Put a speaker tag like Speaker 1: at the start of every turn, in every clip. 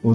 Speaker 1: 我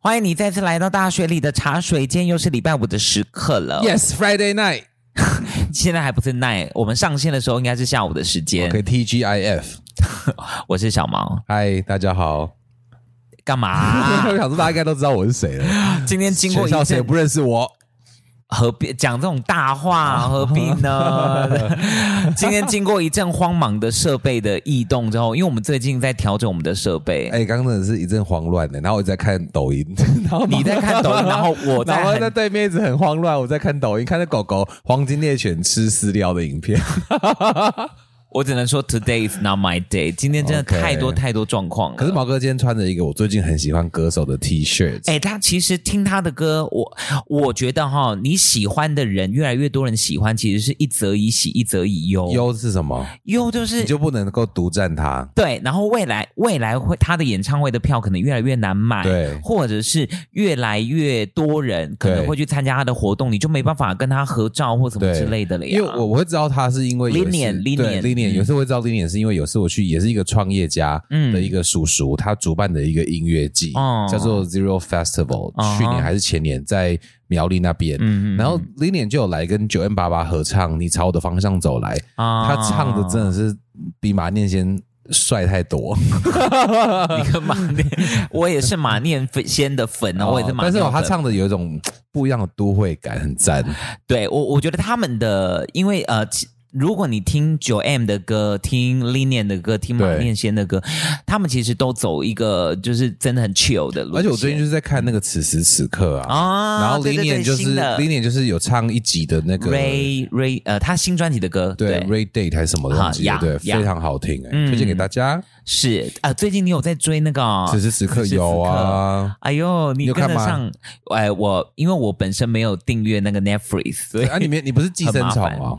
Speaker 2: 欢迎你再次来到大学里的茶水间，又是礼拜五的时刻了。
Speaker 3: Yes, Friday night。
Speaker 2: 现在还不是 night，我们上线的时候应该是下午的时间。
Speaker 3: OK, TGIF。
Speaker 2: 我是小毛，
Speaker 3: 嗨，大家好。
Speaker 2: 干嘛、
Speaker 3: 我想说大家应该都知道我是谁了，
Speaker 2: 今天啊经过
Speaker 3: 学
Speaker 2: 一
Speaker 3: 校谁
Speaker 2: 阵
Speaker 3: 不认识我？
Speaker 2: 何必讲这种大
Speaker 3: 哦
Speaker 2: 话？何必 呢？今天经过一阵慌忙的设备的异动之后，因为我们最近在调整我们的设备。
Speaker 3: 哎，刚刚真的是一阵慌乱欸的，然后我一直在看抖音，然后
Speaker 2: 你在看抖音然后我在
Speaker 3: 然后在
Speaker 2: 很
Speaker 3: 对面一直很慌乱，我在看抖音，看那狗狗黄金猎犬吃饲料的 影片。
Speaker 2: 我只能说，today is not my day。今天真的
Speaker 3: OK
Speaker 2: 太多太多状况了。
Speaker 3: 可是毛哥今天穿着一个我最近很喜欢歌手的 T 恤，
Speaker 2: 哎、他其实听他的歌，我我觉得哈，你喜欢的人越来越多人喜欢，其实是一则以喜，一则以忧。
Speaker 3: 优是什么？
Speaker 2: 忧就是
Speaker 3: 你就不能够独占它。
Speaker 2: 对，然后未来未来会他的演唱会的票可能越来越难买，
Speaker 3: 对
Speaker 2: 或者是越来越多人可能
Speaker 3: 对
Speaker 2: 会去参加他的活动，你就没办法跟他合照或什么
Speaker 3: 对
Speaker 2: 之类的了呀。
Speaker 3: 因为我我会知道他是因为
Speaker 2: Linian，Linian，
Speaker 3: l i n
Speaker 2: 嗯
Speaker 3: e 有时候会知道 l i n e 是因为有时候我去也是一个创业家
Speaker 2: 嗯
Speaker 3: 的一个叔叔，他主办的一个音乐季
Speaker 2: 哦
Speaker 3: 叫做 Zero Festival，
Speaker 2: 哦
Speaker 3: 去年还是前年在苗栗那边，
Speaker 2: 嗯嗯嗯
Speaker 3: 然后 l i n e 就有来跟九 N 八八合唱《你朝我的方向走来》，
Speaker 2: 啊
Speaker 3: 他唱的真的是比马念先帅太多，
Speaker 2: 你跟马念，我也是马念先的啊粉啊，我也是马
Speaker 3: 但
Speaker 2: 念
Speaker 3: 是
Speaker 2: 粉。
Speaker 3: 哦他唱的有一种不一样的都会感，很赞。
Speaker 2: 对我，我觉得他们的，因为呃，其如果你听九 M 的歌、听 Linian 的歌、听马
Speaker 3: 对
Speaker 2: 念先的歌，他们其实都走一个就是真的很 chill 的路线。
Speaker 3: 而且我最近就是在看那个此时此刻啊，
Speaker 2: 啊，
Speaker 3: 然后
Speaker 2: 对
Speaker 3: l i
Speaker 2: 对
Speaker 3: n e
Speaker 2: 对
Speaker 3: n 就
Speaker 2: 新
Speaker 3: 是 l
Speaker 2: 的
Speaker 3: i n e n 就是有唱一集的那个
Speaker 2: Ray Ray 呃，他新专辑的歌
Speaker 3: 对 Ray Date 还是什么东西
Speaker 2: 啊呀
Speaker 3: 的，对，
Speaker 2: 呀
Speaker 3: 非常好听，哎
Speaker 2: 嗯
Speaker 3: 推荐给大家。
Speaker 2: 是啊、最近你有在追那个哦
Speaker 3: 此时此刻有。啊，
Speaker 2: 哎呦，你
Speaker 3: 你有
Speaker 2: 跟
Speaker 3: 看
Speaker 2: 得
Speaker 3: 吗
Speaker 2: 上？哎，我因为我本身没有订阅那个 Netflix，所以
Speaker 3: 对啊，里面你不是寄生
Speaker 2: 很
Speaker 3: 虫
Speaker 2: 麻烦
Speaker 3: 哦，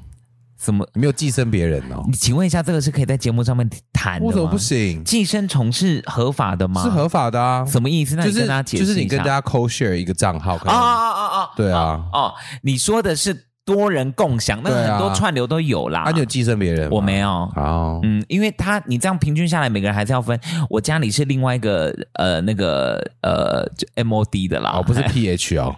Speaker 2: 怎么？
Speaker 3: 你没有寄生别人哦
Speaker 2: 你，请问一下，这个是可以在节目上面谈的
Speaker 3: 为
Speaker 2: 吗？
Speaker 3: 什么不行？
Speaker 2: 寄生虫是合法的吗？
Speaker 3: 是合法的啊，
Speaker 2: 什么意思？那
Speaker 3: 就
Speaker 2: 你
Speaker 3: 是
Speaker 2: 跟大家解释
Speaker 3: 就是你
Speaker 2: 一下
Speaker 3: 跟大家 co share 一个账号，可
Speaker 2: 哦哦
Speaker 3: 能
Speaker 2: 哦哦哦，
Speaker 3: 对啊，
Speaker 2: 哦，你说的是多人共享，那
Speaker 3: 对啊
Speaker 2: 很多串流都有啦。
Speaker 3: 啊，你有寄生别人吗？
Speaker 2: 我没有。
Speaker 3: 哦。
Speaker 2: 嗯，因为他你这样平均下来，每个人还是要分。我家里是另外一个呃那个呃就 MOD 的啦，
Speaker 3: 哦，不是 P H 哦，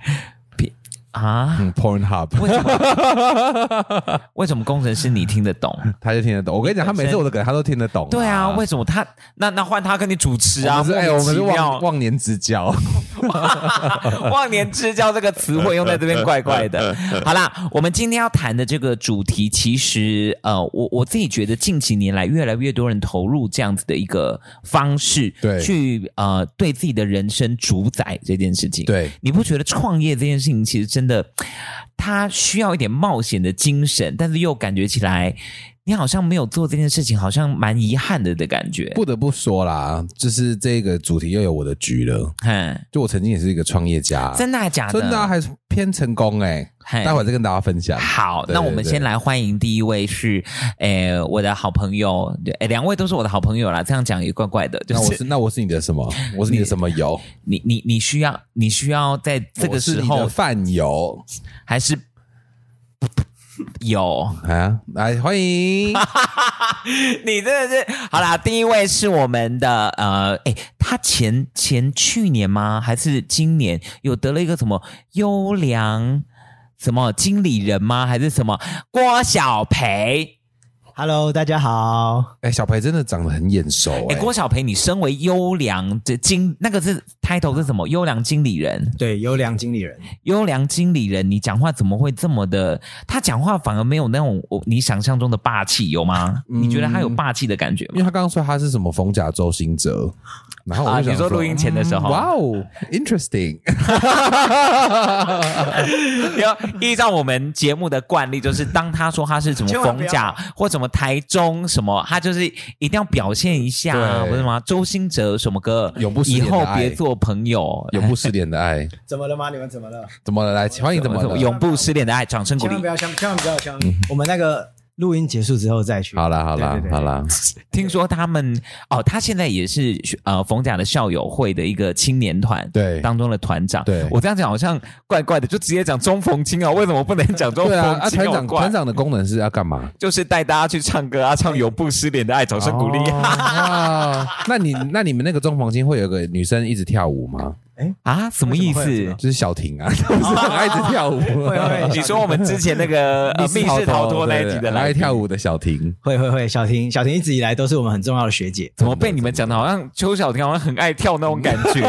Speaker 2: 啊？
Speaker 3: 嗯，Pornhub，
Speaker 2: 为什么？ 为什么工程师你听得懂？
Speaker 3: 他就听得懂。我跟你讲，他每次我的梗他都听得懂啊。
Speaker 2: 对啊，为什么他那那换他跟你主持
Speaker 3: 我
Speaker 2: 啊？
Speaker 3: 们是哎，
Speaker 2: 莫
Speaker 3: 我
Speaker 2: 名
Speaker 3: 们是
Speaker 2: 其
Speaker 3: 忘
Speaker 2: 妙
Speaker 3: 忘年之交。
Speaker 2: 忘年之交这个词汇用在这边怪怪 的。好啦，我们今天要谈的这个主题，其实呃，我我自己觉得近几年来越来越多人投入这样子的一个方式，
Speaker 3: 对
Speaker 2: 去呃对自己的人生主宰这件事情。，
Speaker 3: 对，
Speaker 2: 你不觉得创业这件事情其实真的，它需要一点冒险的精神，但是又感觉起来你好像没有做这件事情，好像蛮遗憾的的感觉。
Speaker 3: 不得不说啦，就是这个主题又有我的局了。
Speaker 2: 嗯，
Speaker 3: 就我曾经也是一个创业家，
Speaker 2: 真的、啊、假的？
Speaker 3: 真的啊还是偏成功哎、
Speaker 2: 嘿
Speaker 3: 待会儿再跟大家分享。
Speaker 2: 好，
Speaker 3: 对
Speaker 2: 那我们
Speaker 3: 对
Speaker 2: 先来欢迎第一位是，诶、我的好朋友，对诶，两位都是我的好朋友啦，这样讲也怪怪的，就
Speaker 3: 那我
Speaker 2: 是
Speaker 3: 是那我是你的什么？我是你的什么油？
Speaker 2: 你你你需要你需要在这个
Speaker 3: 我是
Speaker 2: 时
Speaker 3: 你的
Speaker 2: 候
Speaker 3: 饭油
Speaker 2: 还是有，
Speaker 3: 啊！来欢迎
Speaker 2: 你真的是好啦，第一位是我们的呃，诶，他前前去年吗？还是今年有得了一个什么优良什么经理人吗？还是什么郭小培？
Speaker 4: Hello，大家好。
Speaker 3: 哎、小培真的长得很眼熟
Speaker 2: 哎、
Speaker 3: 哎、
Speaker 2: 郭小培，你身为优良的经，那个是 title 是什么？优良经理人，
Speaker 4: 对，优良经理人，
Speaker 2: 优良经理人，你讲话怎么会这么的？他讲话反而没有那种我你想象中的
Speaker 4: 嗯
Speaker 2: 霸气，有吗？你觉得他有霸气的感觉
Speaker 3: 因为
Speaker 2: 吗？
Speaker 3: 他刚刚说他是什么逢甲周星哲，然后我
Speaker 2: 啊，
Speaker 3: 就想
Speaker 2: 你说录音前的时候，
Speaker 3: 哇哦，interesting，
Speaker 2: 要依照我们节目的惯例，就是当他说他是什么
Speaker 4: 千万不
Speaker 2: 逢
Speaker 4: 要
Speaker 2: 甲或什么台中什么，他就是一定要表现一下啊，
Speaker 3: 对
Speaker 2: 不是吗？周兴哲什么歌，
Speaker 3: 永不失
Speaker 2: 以
Speaker 3: 联的
Speaker 2: 后
Speaker 3: 爱
Speaker 2: 别做朋友，
Speaker 3: 永不失联的爱，
Speaker 4: 怎么了吗？你们怎么了？
Speaker 3: 怎么了？来，欢迎怎么了？
Speaker 2: 永不失联的爱，掌声鼓
Speaker 4: 千
Speaker 2: 励
Speaker 4: 万不。要相，千万不要相。我们那个录音结束之后再去。
Speaker 3: 好啦，好啦
Speaker 4: 对，对对
Speaker 3: 好啦，
Speaker 2: 听说他们哦，他现在也是呃冯甲的校友会的一个青年团
Speaker 3: 对
Speaker 2: 当中的团长。
Speaker 3: 对
Speaker 2: 我这样讲好像怪怪的，就直接讲中逢清哦，为什么不能讲中
Speaker 3: 对啊，
Speaker 2: 逢
Speaker 3: 啊
Speaker 2: 清
Speaker 3: 团
Speaker 2: 哦？
Speaker 3: 长
Speaker 2: 怪
Speaker 3: 团长的功能是要干嘛？
Speaker 2: 就是带大家去唱歌啊，唱《永不失联的爱》，掌声鼓励、
Speaker 3: 哦 哇那你那你们那个中黄金会有个女生一直跳舞吗？
Speaker 2: 啊！什么意
Speaker 4: 为什么会有这
Speaker 2: 思
Speaker 4: 种？
Speaker 3: 就是小婷啊， 她不是很爱一直跳舞。
Speaker 4: 会会
Speaker 2: 你说我们之前那个 呃密室逃脱那一集
Speaker 3: 对对
Speaker 2: 的
Speaker 3: 很
Speaker 2: 来
Speaker 3: 爱
Speaker 2: 宾
Speaker 3: 跳舞的小婷，
Speaker 4: 会会会，小婷，小婷一直以来都是我们很重要的学姐。
Speaker 2: 怎么被你们讲的好像邱小婷好像很爱跳那种感 觉？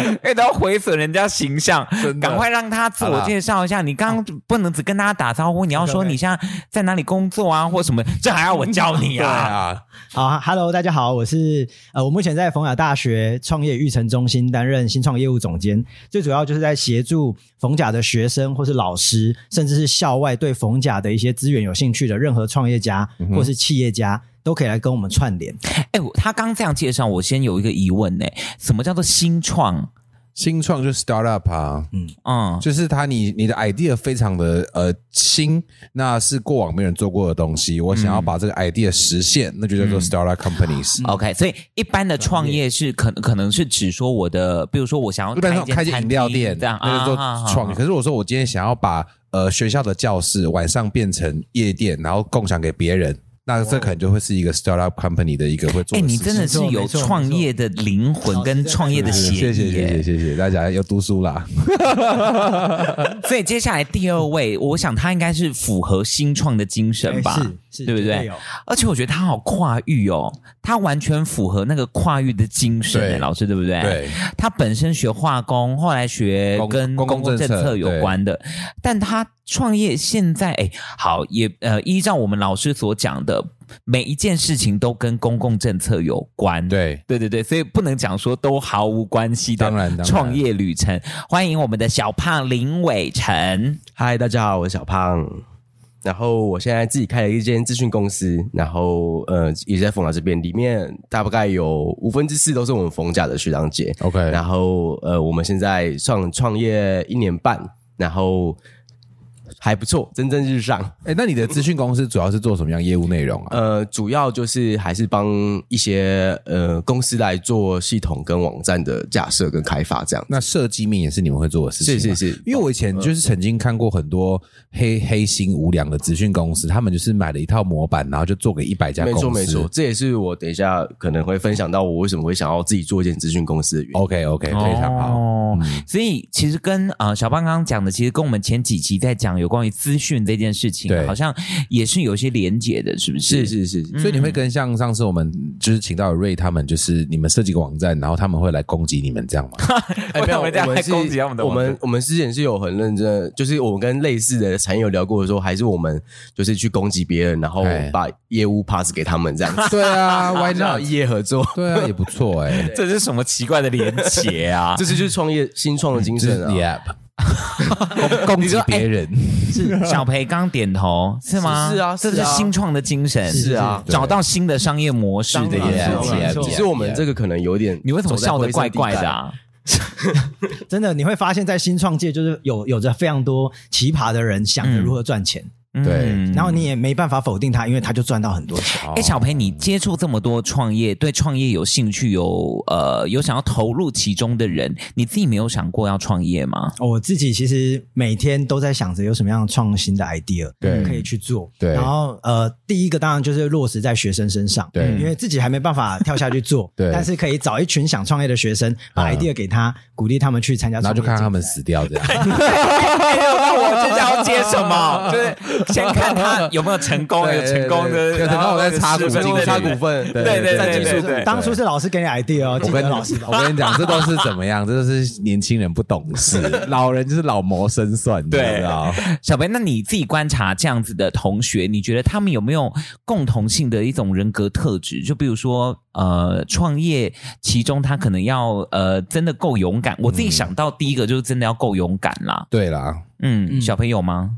Speaker 2: 因为都要毁损人家形象，
Speaker 3: 真的
Speaker 2: 赶快让他自我介绍一下。你刚刚不能只跟大家打招呼，你要说
Speaker 4: OK，OK
Speaker 2: 你现在在哪里工作啊，或什么，这还要我教你
Speaker 3: 对
Speaker 2: 啊？
Speaker 3: 啊，
Speaker 4: 好，Hello，大家好，我是呃，我目前在冯雅大学创业育成中心担任新创业务总监，最主要就是在协助冯甲的学生或是老师，甚至是校外对冯甲的一些资源有兴趣的任何创业家或是企业家，都可以来跟我们串联。
Speaker 2: 哎、我他刚这样介绍，我先有一个疑问呢、什么叫做新创？
Speaker 3: 新创就是 start up 啊，
Speaker 2: 嗯，
Speaker 3: 就是它你你的 idea 非常的呃新，那是过往没有人做过的东西，我想要
Speaker 2: 嗯
Speaker 3: 把这个 idea 实现，那就叫做 start up companies。
Speaker 2: OK，所以一般的创业是可可能是指说我的，比如说我想要
Speaker 3: 一般上
Speaker 2: 哦开间
Speaker 3: 开间
Speaker 2: 餐
Speaker 3: 饮料
Speaker 2: 厅
Speaker 3: 店，
Speaker 2: 这样
Speaker 3: 那就做
Speaker 2: 啊
Speaker 3: 创业。可是我说我今天想要把呃学校的教室晚上变成夜店，然后共享给别人，那这可能就会是一个 startup company 的一个会做
Speaker 2: 哎、
Speaker 3: 的事
Speaker 2: 你
Speaker 3: 情。
Speaker 2: 真的是
Speaker 4: 没错
Speaker 2: 有
Speaker 4: 没错
Speaker 2: 创业的灵魂跟创业的
Speaker 3: 是
Speaker 2: 协议、
Speaker 3: 嗯谢谢谢谢谢谢大家要读书啦，
Speaker 2: 所以接下来第二位，我想他应该是符合新创的精神吧，
Speaker 4: 哎是是
Speaker 2: 对不
Speaker 4: 绝
Speaker 2: 对
Speaker 4: 对有？
Speaker 2: 而且我觉得他好跨域哦，他完全符合那个跨域的精神、
Speaker 3: 对
Speaker 2: 哎老师对不对？
Speaker 3: 对，
Speaker 2: 他本身学化工，后来学
Speaker 3: 公
Speaker 2: 跟
Speaker 3: 公
Speaker 2: 公
Speaker 3: 共
Speaker 2: 共政
Speaker 3: 政策
Speaker 2: 策有关的，但他创业现在哎，好也呃，依照我们老师所讲的，每一件事情都跟公共政策有关，。
Speaker 3: 对，
Speaker 2: 对对对，所以不能讲说都毫无关系的
Speaker 3: 当然当然
Speaker 2: 创业旅程。欢迎我们的小胖林伟成，
Speaker 5: 嗨，大家好，我是小胖。然后我现在自己开了一间咨询公司，然后呃也在冯甲这边，里面大概有五分之四都是我们冯甲的学长姐。
Speaker 3: OK
Speaker 5: 然后呃我们现在创创业一年半，然后还不错，蒸蒸日上。
Speaker 3: 哎，那你的资讯公司主要是做什么样业务内容啊？
Speaker 5: 呃，主要就是还是帮一些呃公司来做系统跟网站的架设跟开发这样。
Speaker 3: 那设计面也是你们会做的事情吗，
Speaker 5: 是是是
Speaker 3: 因为我以前就是曾经看过很多黑黑心无良的资讯公司，他们就是买了一套模板，然后就做给一百家
Speaker 5: 没
Speaker 3: 公司。
Speaker 5: 错没错，这也是我等一下可能会分享到我为什么会想要自己做一间咨询公司的原因。
Speaker 3: OK OK，非哎常好。
Speaker 2: 哦，所以其实跟呃小胖刚刚讲的，其实跟我们前几集在讲有关于资讯这件事情，
Speaker 3: 对
Speaker 2: 好像也是有一些连结的，是不
Speaker 5: 是
Speaker 2: 是？
Speaker 5: 是是，
Speaker 3: 所以你会跟像上次我们就是请到的瑞他们，就是你们设计个网站，然后他们会来攻击你们这样吗？
Speaker 5: 哎，没有，
Speaker 2: 我们这样来
Speaker 5: 是
Speaker 2: 攻击他们的
Speaker 5: 我
Speaker 2: 网站
Speaker 5: 们我们之前是有很认真的，就是我们跟类似的产业有聊过的时候，还是我们就是去攻击别人，然后
Speaker 3: 哎
Speaker 5: 把业务 pass 给他们这样子。
Speaker 3: 对啊，Why
Speaker 5: 然后
Speaker 3: not？
Speaker 5: 一夜合作，
Speaker 3: 对啊，也不错哎、
Speaker 2: 这是什么奇怪的连结啊
Speaker 5: ？这是就是创业新创的精
Speaker 3: 就是
Speaker 5: 神啊
Speaker 3: 你。app 攻攻击别人，
Speaker 2: 小培刚点头是吗？
Speaker 5: 是是啊
Speaker 2: 这
Speaker 5: 是
Speaker 2: 是
Speaker 5: 啊
Speaker 2: 新创的精神，
Speaker 5: 是啊
Speaker 2: 找到新的商业模式的
Speaker 4: 当
Speaker 2: 耶
Speaker 4: 然。
Speaker 3: 是
Speaker 4: 没
Speaker 3: 啊
Speaker 4: 错
Speaker 5: 只是我们这个可能有点，
Speaker 2: 你为什么笑得
Speaker 5: 的
Speaker 2: 怪怪的？啊？
Speaker 4: 真的，你会发现在新创界就是有有着非常多奇葩的人想着如何赚钱，
Speaker 3: 对
Speaker 2: 嗯
Speaker 4: 然后你也没办法否定他，因为他就赚到很多
Speaker 3: 嗯
Speaker 4: 钱。
Speaker 2: 哎，小培，你接触这么多创业，对创业有兴趣，有呃有想要投入其中的人，你自己没有想过要创业 吗？
Speaker 4: 我自己其实每天都在想着有什么样的创新的 idea，
Speaker 3: 对
Speaker 4: 可以去做。
Speaker 3: 对
Speaker 4: 然后呃，第一个当然就是落实在学生身上，
Speaker 3: 对
Speaker 4: 因为自己还没办法跳下去做，
Speaker 3: 对
Speaker 4: 但是可以找一群想创业的学生，把
Speaker 3: 嗯
Speaker 4: idea 给他，鼓励他们去参加
Speaker 3: 然后
Speaker 4: 创业
Speaker 3: 就
Speaker 4: 竞赛，
Speaker 3: 看他们死掉这样。
Speaker 2: 哎那我接下来要接什 么？就是先看 他有没有成功，有成功的，
Speaker 3: 有成
Speaker 2: 然
Speaker 3: 功
Speaker 2: 后
Speaker 3: 我在插股
Speaker 2: 十分钟
Speaker 3: 份，
Speaker 2: 的
Speaker 3: 插
Speaker 2: 里面
Speaker 3: 股份，对
Speaker 2: 对对
Speaker 3: 对
Speaker 2: 对对对
Speaker 4: 当初是老师给你 idea 哦，记
Speaker 3: 我跟
Speaker 4: 得
Speaker 3: 你
Speaker 4: 老师吧。
Speaker 3: 我跟你讲，这都是怎么样？这都是年轻人不懂事，老人就是老谋深算，你知
Speaker 2: 对
Speaker 3: 道？
Speaker 2: 小培，那你自己观察这样子的同学，你觉得他们有没有共同性的一种人格特质？就比如说，呃创业，其中他可能要呃真的够勇敢。我自己想到第一个就是真的要够勇敢啦。
Speaker 3: 对啦，
Speaker 2: 嗯，
Speaker 4: 嗯
Speaker 2: 小朋友吗？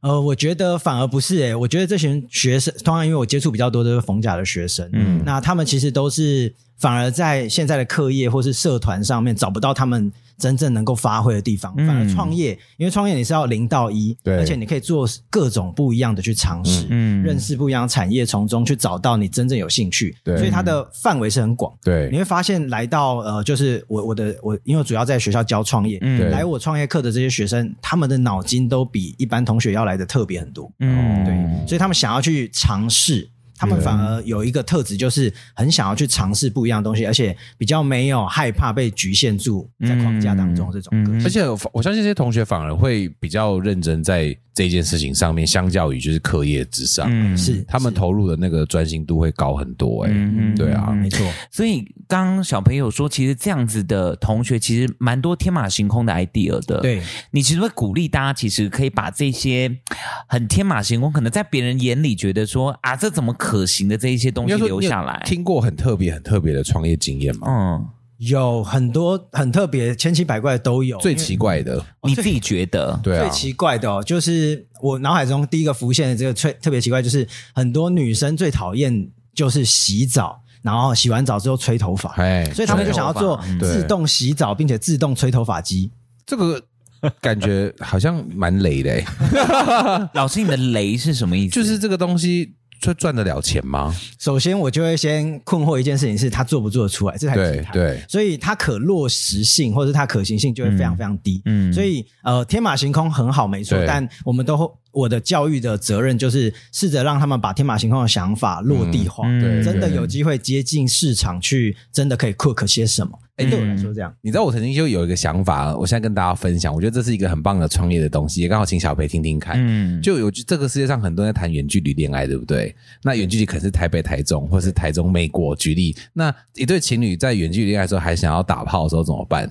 Speaker 4: 呃，我觉得反而不是诶、欸我觉得这群学生，通常因为我接触比较多都是逢甲的学生，
Speaker 2: 嗯
Speaker 4: 嗯，那他们其实都是反而在现在的课业或是社团上面找不到他们真正能够发挥的地方，
Speaker 2: 嗯
Speaker 4: 反而创业，因为创业你是要零到一，
Speaker 3: 对
Speaker 4: 而且你可以做各种不一样的去尝试，
Speaker 2: 嗯
Speaker 4: 认识不一样的产业，从中去找到你真正有兴趣，
Speaker 3: 对
Speaker 4: 所以它的范围是很广。你
Speaker 3: 对
Speaker 4: 会发现来到呃，就是我我的我，因为我主要在学校教创业，
Speaker 2: 嗯
Speaker 3: 对
Speaker 4: 来我创业课的这些学生，他们的脑筋都比一般同学要来的特别很多，
Speaker 2: 嗯，
Speaker 4: 哦对，所以他们想要去尝试。他们反而有一个特质，就是很想要去尝试不一样的东西，而且比较没有害怕被局限住在框架当中。这种个
Speaker 2: 嗯
Speaker 4: 性
Speaker 3: 而且我我相信这些同学反而会比较认真在这件事情上面，相较于就是课业之上，
Speaker 2: 嗯
Speaker 4: 是
Speaker 3: 他们
Speaker 4: 是
Speaker 3: 投入的那个专心度会高很多、欸。
Speaker 2: 嗯
Speaker 3: 对啊
Speaker 4: 没错，
Speaker 2: 所以刚刚小朋友说，其实这样子的同学其实蛮多天马行空的 idea 的。
Speaker 4: 对，
Speaker 2: 你其实会鼓励大家，其实可以把这些很天马行空，可能在别人眼里觉得说啊，这怎么可行的这一些东西
Speaker 3: 应该说
Speaker 2: 留
Speaker 3: 你有
Speaker 2: 下来。
Speaker 3: 听过很特别、很特别的创业经验吗？
Speaker 2: 嗯，
Speaker 4: 有很多很特别、千奇百怪的都有。
Speaker 3: 最
Speaker 4: 因为
Speaker 3: 奇怪的，
Speaker 2: 你自己觉得？
Speaker 3: 对啊，
Speaker 4: 嗯最奇怪的哦，就是我脑海中第一个浮现的这个最特别奇怪，就是很多女生最讨厌就是洗澡，然后洗完澡之后吹头发，
Speaker 3: 哎，
Speaker 4: 所以他们就想要做
Speaker 2: 嗯吹头发嗯
Speaker 4: 自动洗澡，并且自动吹头发机。
Speaker 3: 这个感觉好像蛮雷 的、欸，
Speaker 2: 老师，你的雷是什么意思？
Speaker 3: 就是这个东西赚赚得了钱吗？
Speaker 4: 首先，我就会先困惑一件事情是他做不做得出来，这才是
Speaker 3: 对
Speaker 4: 他。
Speaker 3: 对，
Speaker 4: 所以它可落实性或者它可行性就会非常非常低。
Speaker 2: 嗯
Speaker 4: 所以呃，天马行空很好，没错
Speaker 3: 对，
Speaker 4: 但我们都会我的教育的责任就是试着让他们把天马行空的想法落地化，
Speaker 2: 嗯对
Speaker 4: 真的
Speaker 3: 对
Speaker 4: 有机会接近市场去，真的可以 cook 些什么。
Speaker 2: 嗯
Speaker 4: 哎、对我来说这样，
Speaker 3: 你知道我曾经就有一个想法，我现在跟大家分享，我觉得这是一个很棒的创业的东西，也刚好请小培听听看。
Speaker 2: 嗯，
Speaker 3: 就有这个世界上很多人在谈远距离恋爱，对不对？那远距离可能是台北、台中，或是台中、美国。举例，那一对情侣在远距离恋爱的时候还想要打炮的时候怎 么办？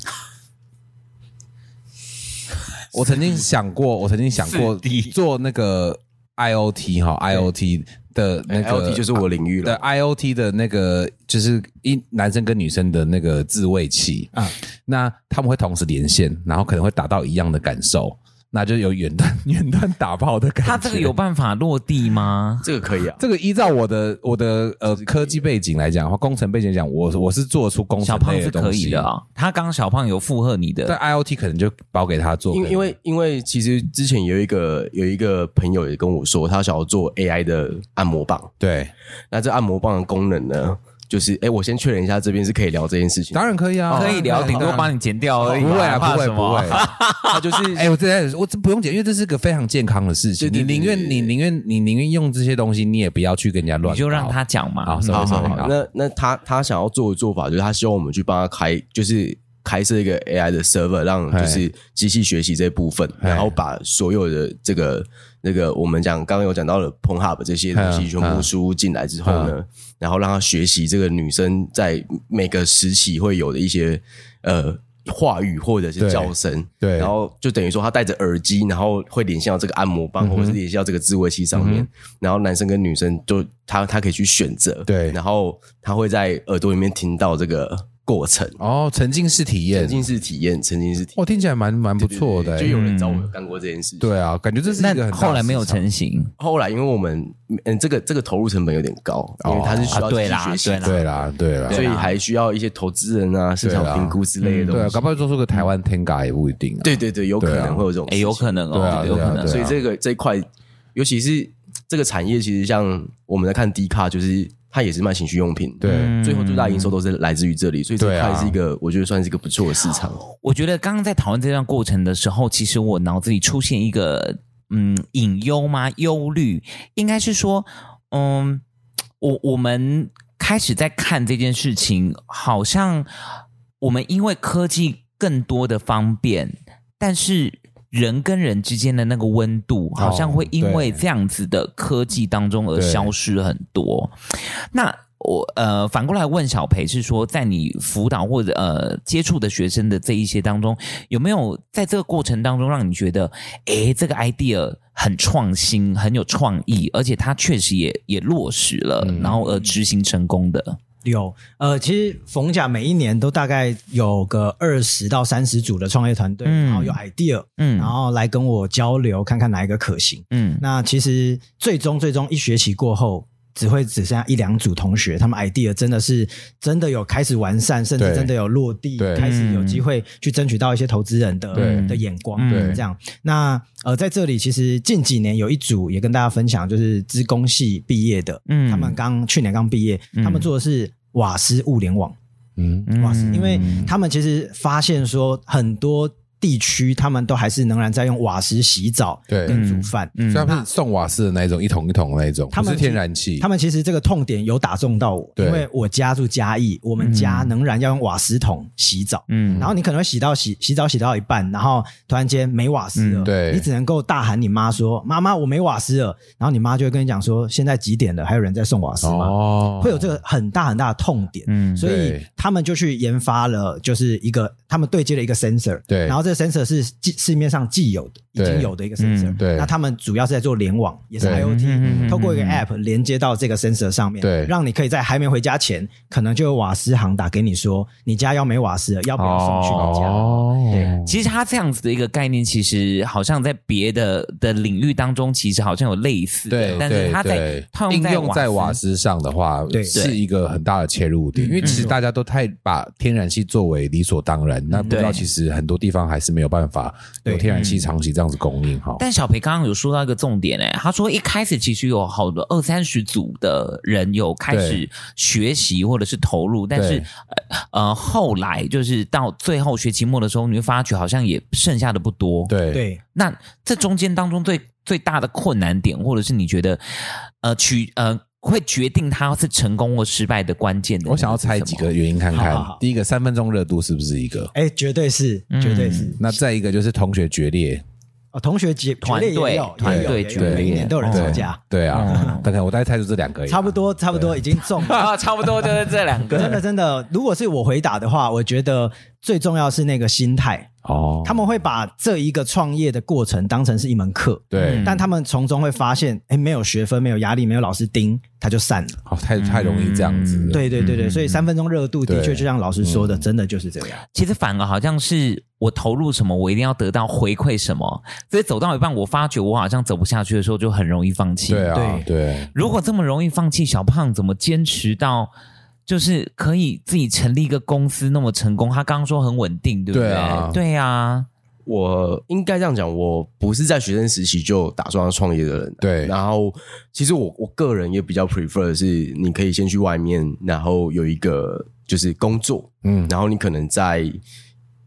Speaker 3: 我曾经想过，我曾经想过
Speaker 2: 四 D
Speaker 3: 做那个 IOT 哈，IOT 的那
Speaker 2: 哎
Speaker 3: 个
Speaker 5: LT 就是我领域
Speaker 3: 的
Speaker 5: 了，
Speaker 3: IOT 的那个就是一男生跟女生的那个自慰器啊
Speaker 4: 啊，
Speaker 3: 那他们会同时连线，然后可能会达到一样的感受，那就有远端远端打炮的感觉。
Speaker 2: 他这个有办法落地吗？
Speaker 5: 这个可以啊。
Speaker 3: 这个依照我的我的呃科技背景来讲，或工程背景来讲，我我是做出工程
Speaker 2: 小胖
Speaker 3: 类
Speaker 2: 是
Speaker 3: 的
Speaker 2: 可
Speaker 3: 东
Speaker 2: 以
Speaker 3: 西
Speaker 2: 的啊、他刚刚小胖有附和你的，
Speaker 3: 但 IOT 可能就包给他做，
Speaker 5: 因因为因为其实之前有一个有一个朋友也跟我说，他想要做 AI 的按摩棒。
Speaker 3: 对，
Speaker 5: 那这按摩棒的功能呢，就是哎，我先确认一下这边是可以聊这件事情。
Speaker 3: 当然可以啊，
Speaker 2: 可以聊，顶多帮
Speaker 3: 你。
Speaker 2: 你剪掉而已
Speaker 3: 不
Speaker 2: 嘛，
Speaker 3: 会啊，
Speaker 2: 怕
Speaker 3: 不会，
Speaker 2: 什
Speaker 3: 不
Speaker 2: 么
Speaker 3: 会。
Speaker 5: 它就是
Speaker 3: 哎、我这我这不用解，因为这是个非常健康的事情。
Speaker 5: 对对对
Speaker 3: 你宁愿你宁愿你宁愿用这些东西，你也不要去跟人家乱搞。
Speaker 2: 你就让他讲嘛。
Speaker 3: 好，
Speaker 5: 好
Speaker 3: 好
Speaker 5: 好
Speaker 3: 好
Speaker 5: 好，
Speaker 3: 好。
Speaker 5: 那那他他想要做的做法就是，他希望我们去帮他开，就是开设一个 AI 的 server，让
Speaker 3: 哎
Speaker 5: 就是机器学习这部分，
Speaker 3: 哎
Speaker 5: 然后把所有的这个那个我们讲刚刚有讲到的 p o n Hub 这些东
Speaker 3: 嗯
Speaker 5: 西全部
Speaker 3: 嗯
Speaker 5: 输入进来之后呢，然后让他学习这个女生在每个时期会有的一些呃。话语或者
Speaker 3: 对
Speaker 5: 是叫声，
Speaker 3: 对
Speaker 5: 然后就等于说他戴着耳机，然后会联系到这个按摩棒，
Speaker 3: 嗯
Speaker 5: 或者是联系到这个自慰器上面，然后男生跟女生就他他可以去选择，
Speaker 3: 对
Speaker 5: 然后他会在耳朵里面听到这个过程，
Speaker 3: 哦，沉浸式体验
Speaker 5: 沉，浸式体验，沉浸式体验
Speaker 3: 哇，听起来蛮蛮不错的、
Speaker 5: 就有
Speaker 3: 欸。
Speaker 5: 人找我干过这件事情。
Speaker 3: 对啊，感觉这是一个很
Speaker 2: 那
Speaker 3: 大的
Speaker 2: 后来没有
Speaker 3: 市场
Speaker 2: 成型，
Speaker 5: 后来因为我们嗯，这个这个投入成本有点高，因为它是需
Speaker 2: 啊
Speaker 5: 要
Speaker 2: 对
Speaker 5: 自己
Speaker 2: 啦
Speaker 5: 学习
Speaker 2: 对
Speaker 5: 的，
Speaker 3: 哦对啦，对啦，
Speaker 5: 所以还需要一些投资人啊、市场
Speaker 3: 对啦
Speaker 5: 评估之类的
Speaker 3: 对
Speaker 5: 东，
Speaker 3: 啊
Speaker 5: 西
Speaker 3: 搞。不好做出个台湾 Tenga 也不一定啊。
Speaker 5: 对对对，有可
Speaker 3: 对啊
Speaker 5: 能会有这种事
Speaker 2: 哎，
Speaker 5: 情，
Speaker 2: 有可能
Speaker 3: 对啊
Speaker 2: 哦，有
Speaker 3: 对啊
Speaker 2: 可能。
Speaker 3: 对啊
Speaker 5: 所以这个这一块，尤其是这个产业，其实像我们在看低卡，就是它也是卖情趣用品，
Speaker 3: 对
Speaker 2: 嗯
Speaker 5: 最后最大营收都是来自于这里，所以这
Speaker 3: 对
Speaker 5: 一
Speaker 3: 啊
Speaker 5: 块是一个、我觉得算是一个不错的市场。
Speaker 2: 我觉得刚刚在讨论这段过程的时候，其实我脑子里出现一个嗯隐忧吗？忧虑应该是说，嗯，我我们开始在看这件事情，好像我们因为科技更多的方便，但是。人跟人之间的那个温度，好像会因为
Speaker 3: 哦对
Speaker 2: 这样子的科技当中而消失很多。那我呃反过来问小培是说，在你辅导或者呃接触的学生的这一些当中，有没有在这个过程当中让你觉得，诶，这个 idea 很创新，很有创意，而且它确实也也落实了，然后而执行成功的？
Speaker 4: 有，呃，其实逢甲每一年都大概有个二十到三十组的创业团队，
Speaker 2: 嗯
Speaker 4: 然后有 idea，
Speaker 2: 嗯
Speaker 4: 然后来跟我交流，看看哪一个可行。
Speaker 2: 嗯
Speaker 4: 哦那其实最终最终一学期过后，只会只剩下一两组同学，他们 idea 真的是真的有开始完善，甚至
Speaker 3: 对
Speaker 4: 真的有落地
Speaker 3: 对，
Speaker 4: 开始有机会去争取到一些投资人的
Speaker 3: 对
Speaker 4: 的眼光，
Speaker 2: 对
Speaker 4: 这样。那呃，在这里其实近几年有一组也跟大家分享，就是资工系毕业的，
Speaker 2: 嗯
Speaker 4: 他们刚去年刚毕业，他们做的是瓦斯物联网。
Speaker 3: 嗯，
Speaker 4: 哇塞！因为他们其实发现说，很多地区他们都还是仍然在用瓦斯洗澡
Speaker 3: 对
Speaker 4: 跟煮饭。
Speaker 2: 嗯
Speaker 3: 所以他们是送瓦斯的那一种，一桶一桶的那一种，
Speaker 4: 嗯他们
Speaker 3: 不是天然气，
Speaker 4: 他们其实这个痛点有打中到我，
Speaker 3: 对嗯
Speaker 4: 因为我家住嘉义，我们家仍然要用瓦斯桶洗澡。
Speaker 2: 嗯
Speaker 4: 然后你可能会洗到洗洗澡洗到一半，然后突然间没瓦斯了，
Speaker 2: 嗯
Speaker 3: 对
Speaker 4: 你只能够大喊你妈说：“妈妈，我没瓦斯了。”然后你妈就会跟你讲说：“现在几点了？还有人在送瓦斯吗？”
Speaker 3: 哦
Speaker 4: 会有这个很大很大的痛点。
Speaker 2: 嗯
Speaker 4: 所以
Speaker 3: 对
Speaker 4: 他们就去研发了，就是一个他们对接了一个 sensor，
Speaker 3: 对
Speaker 4: 然后这个 sensor 是既市面上既有的、已
Speaker 3: 对
Speaker 4: 经有的一个 sensor，
Speaker 2: 嗯
Speaker 3: 对
Speaker 4: 那他们主要是在做联网，也是
Speaker 3: 对
Speaker 4: IoT，、
Speaker 2: 嗯嗯嗯
Speaker 4: 透过一个
Speaker 2: 嗯
Speaker 4: app 连接到这个 sensor 上面，
Speaker 3: 对
Speaker 4: 让你可以在还没回家前，可能就有瓦斯行打给你说，你家要没瓦斯了，要不要送去你家？
Speaker 3: 哦，
Speaker 4: 对
Speaker 2: 其实它这样子的一个概念，其实好像在别的的领域当中，其实好像有类似的，
Speaker 3: 对，
Speaker 2: 但是
Speaker 3: 对
Speaker 2: 它在
Speaker 3: 对
Speaker 2: 套
Speaker 3: 应
Speaker 2: 用
Speaker 3: 用在瓦
Speaker 2: 斯，
Speaker 3: 斯上的话，
Speaker 4: 对
Speaker 3: 是一个很大的切入点，因为其实大家都太把天然气作为理所当然，那不知道
Speaker 2: 对
Speaker 3: 其实很多地方还是没有办法有
Speaker 4: 对
Speaker 3: 天然气长期这样子供应哈。
Speaker 2: 但小培刚刚有说到一个重点、哎，他说一开始其实有好多二三十组的人有开始
Speaker 3: 对
Speaker 2: 学习或者是投入，但是呃呃后来就是到最后学期末的时候，你会发觉好像也剩下的不多。，
Speaker 3: 对
Speaker 4: 对，
Speaker 2: 那这中间当中最最大的困难点，或者是你觉得呃取呃会决定他是成功或失败的关键的那
Speaker 3: 我
Speaker 2: 个是什
Speaker 3: 想
Speaker 2: 么，
Speaker 3: 要猜几个原因看看
Speaker 4: 好好好。
Speaker 3: 第一个，三分钟热度是不是一个？
Speaker 4: 哎，绝对是，绝对是。
Speaker 3: 那再一个就是同学决裂，
Speaker 4: 哦，同学结
Speaker 2: 团队
Speaker 4: 决裂也有，
Speaker 2: 团
Speaker 4: 也有
Speaker 2: 队
Speaker 4: 也有
Speaker 2: 决裂
Speaker 4: 每一年都有人哦吵
Speaker 3: 对
Speaker 4: 架，
Speaker 3: 对啊，大概我大概猜出这两个而已，
Speaker 4: 差不多，差不多已经中了。
Speaker 2: 啊，差不多就是这两个。
Speaker 4: 真的真的，如果是我回答的话，我觉得最重要是那个心态。
Speaker 3: 哦。
Speaker 4: 他们会把这一个创业的过程当成是一门课，
Speaker 3: 对
Speaker 2: 嗯，
Speaker 4: 但他们从中会发现，哎，没有学分，没有压力，没有老师盯，他就散了。
Speaker 3: 好太太容易这样子
Speaker 2: 嗯
Speaker 3: 了。
Speaker 4: 对对对对，所以三分钟热度的
Speaker 3: 对
Speaker 4: 确就像老师说的，真的就是这样。
Speaker 2: 其实反而好像是我投入什么，我一定要得到回馈什么，所以走到一半，我发觉我好像走不下去的时候，就很容易放弃。
Speaker 3: 对啊，对，
Speaker 2: 如果这么容易放弃，小胖怎么坚持到就是可以自己成立一个公司那么成功？他刚刚说很稳定，对不对？
Speaker 3: 对啊
Speaker 2: 对啊
Speaker 5: 我应该这样讲，我不是在学生时期就打算要创业的人。
Speaker 3: 对
Speaker 5: 然后其实我我个人也比较 prefer 的是，你可以先去外面，然后有一个就是工作，
Speaker 3: 嗯，
Speaker 5: 然后你可能在，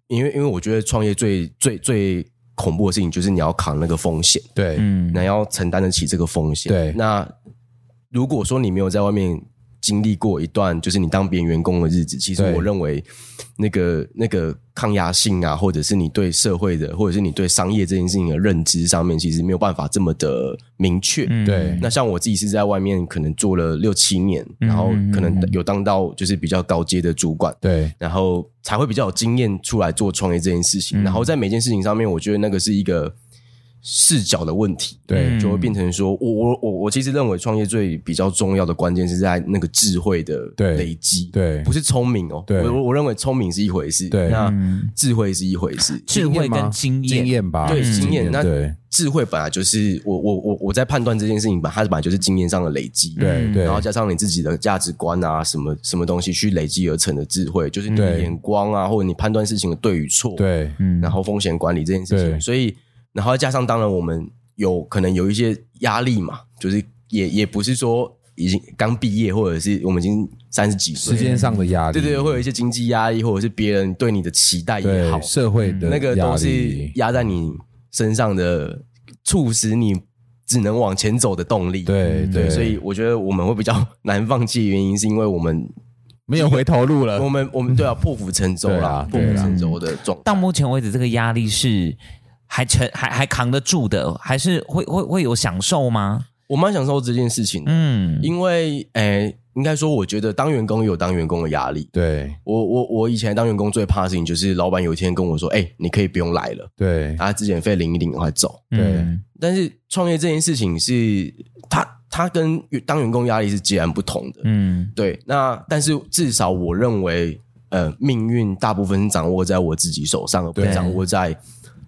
Speaker 5: 因为因为我觉得创业最最最恐怖的事情就是你要扛那个风险，
Speaker 3: 对，
Speaker 2: 嗯
Speaker 5: 那要承担得起这个风险。
Speaker 3: 对
Speaker 5: 那如果说你没有在外面经历过一段就是你当别人员工的日子，其实
Speaker 3: 对
Speaker 5: 我认为那个那个抗压性啊，或者是你对社会的，或者是你对商业这件事情的认知上面，其实没有办法这么的明确。
Speaker 2: 嗯
Speaker 3: 对
Speaker 5: 那像我自己是在外面可能做了六七年，
Speaker 2: 嗯
Speaker 5: 然后可能
Speaker 2: 嗯嗯
Speaker 5: 有当到就是比较高阶的主管，
Speaker 3: 对，
Speaker 5: 然后才会比较有经验出来做创业这件事情。
Speaker 2: 嗯
Speaker 5: 然后在每件事情上面，我觉得那个是一个视角的问题，
Speaker 3: 对
Speaker 2: 嗯
Speaker 5: 就会变成说，我我我我其实认为创业最比较重要的关键是在那个智慧的
Speaker 3: 对
Speaker 5: 累积，
Speaker 3: 对
Speaker 5: 不是聪明哦，
Speaker 3: 对
Speaker 5: 我我我认为聪明是一回事，
Speaker 3: 对
Speaker 5: 那
Speaker 2: 嗯
Speaker 5: 智慧是一回事，
Speaker 2: 智慧跟经
Speaker 3: 经
Speaker 2: 验，
Speaker 3: 验吧，
Speaker 5: 对
Speaker 3: 嗯
Speaker 5: 经验，那
Speaker 3: 对
Speaker 5: 智慧本来就是我我我我在判断这件事情吧，它本来就是经验上的累积，
Speaker 3: 对对，
Speaker 5: 然后加上你自己的价值观啊，什么什么东西去累积而成的智慧，就是你的
Speaker 3: 对
Speaker 5: 眼光啊，或者你判断事情的对与错，，
Speaker 3: 对
Speaker 2: 嗯
Speaker 5: 然后风险管理这件事情，
Speaker 3: 对
Speaker 5: 所以然后再加上当然我们有可能有一些压力嘛，就是也也不是说已经刚毕业，或者是我们已经三十几岁
Speaker 3: 时
Speaker 5: 了，
Speaker 3: 间上的压力，
Speaker 5: 对对，会有一些经济压力，或者是别人对你的期待也好嗯
Speaker 3: 对，社会的
Speaker 5: 那个
Speaker 3: 压
Speaker 5: 都是
Speaker 3: 力，
Speaker 5: 压在你身上的，促使你只能往前走的动力，。
Speaker 3: 对
Speaker 5: 对，
Speaker 3: 对，
Speaker 5: 所以我觉得我们会比较难放弃，原因是因为我们
Speaker 3: 没有回头路了
Speaker 5: 我。们我们对啊，破釜沉舟
Speaker 3: 呃对
Speaker 5: 啦
Speaker 3: 啊，
Speaker 5: 破
Speaker 3: 对
Speaker 5: 釜
Speaker 3: 啦
Speaker 5: 沉舟的状态。
Speaker 2: 到目前为止，这个压力是还承还还扛得住的，还是会会会有享受吗？
Speaker 5: 我蛮享受这件事情的，
Speaker 2: 嗯，
Speaker 5: 因为诶，应该说，我觉得当员工有当员工的压力。
Speaker 3: 对
Speaker 5: 我我我以前当员工最怕的事情就是，老板有一天跟我说：“哎、你可以不用来了，啊
Speaker 3: 对
Speaker 5: 他之前费领一领，赶快走。
Speaker 3: 对
Speaker 2: 嗯”
Speaker 5: 但是创业这件事情是，他它跟员当员工压力是截然不同的。
Speaker 2: 嗯
Speaker 5: 对，那但是至少我认为，呃，命运大部分是掌握在我自己手上，而不是
Speaker 2: 对
Speaker 5: 掌握在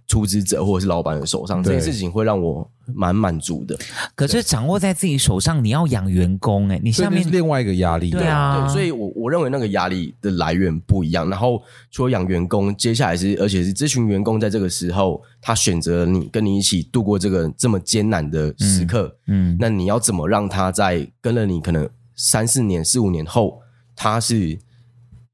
Speaker 5: 出资者或者是老板的手上。这件
Speaker 3: 对
Speaker 5: 事情会让我蛮满足的。
Speaker 2: 可是掌握在自己手上，你要养员工哎、你
Speaker 3: 所以
Speaker 2: 下
Speaker 3: 那
Speaker 2: 面
Speaker 3: 是另外一个压力。
Speaker 2: 对啊，
Speaker 5: 对，所以我我认为那个压力的来源不一样。然后除了养员工，接下来是而且是咨询员工在这个时候，他选择你跟你一起度过这个这么艰难的时刻，
Speaker 2: 嗯
Speaker 5: 那你要怎么让他在跟了你可能三四年、四五年后，他是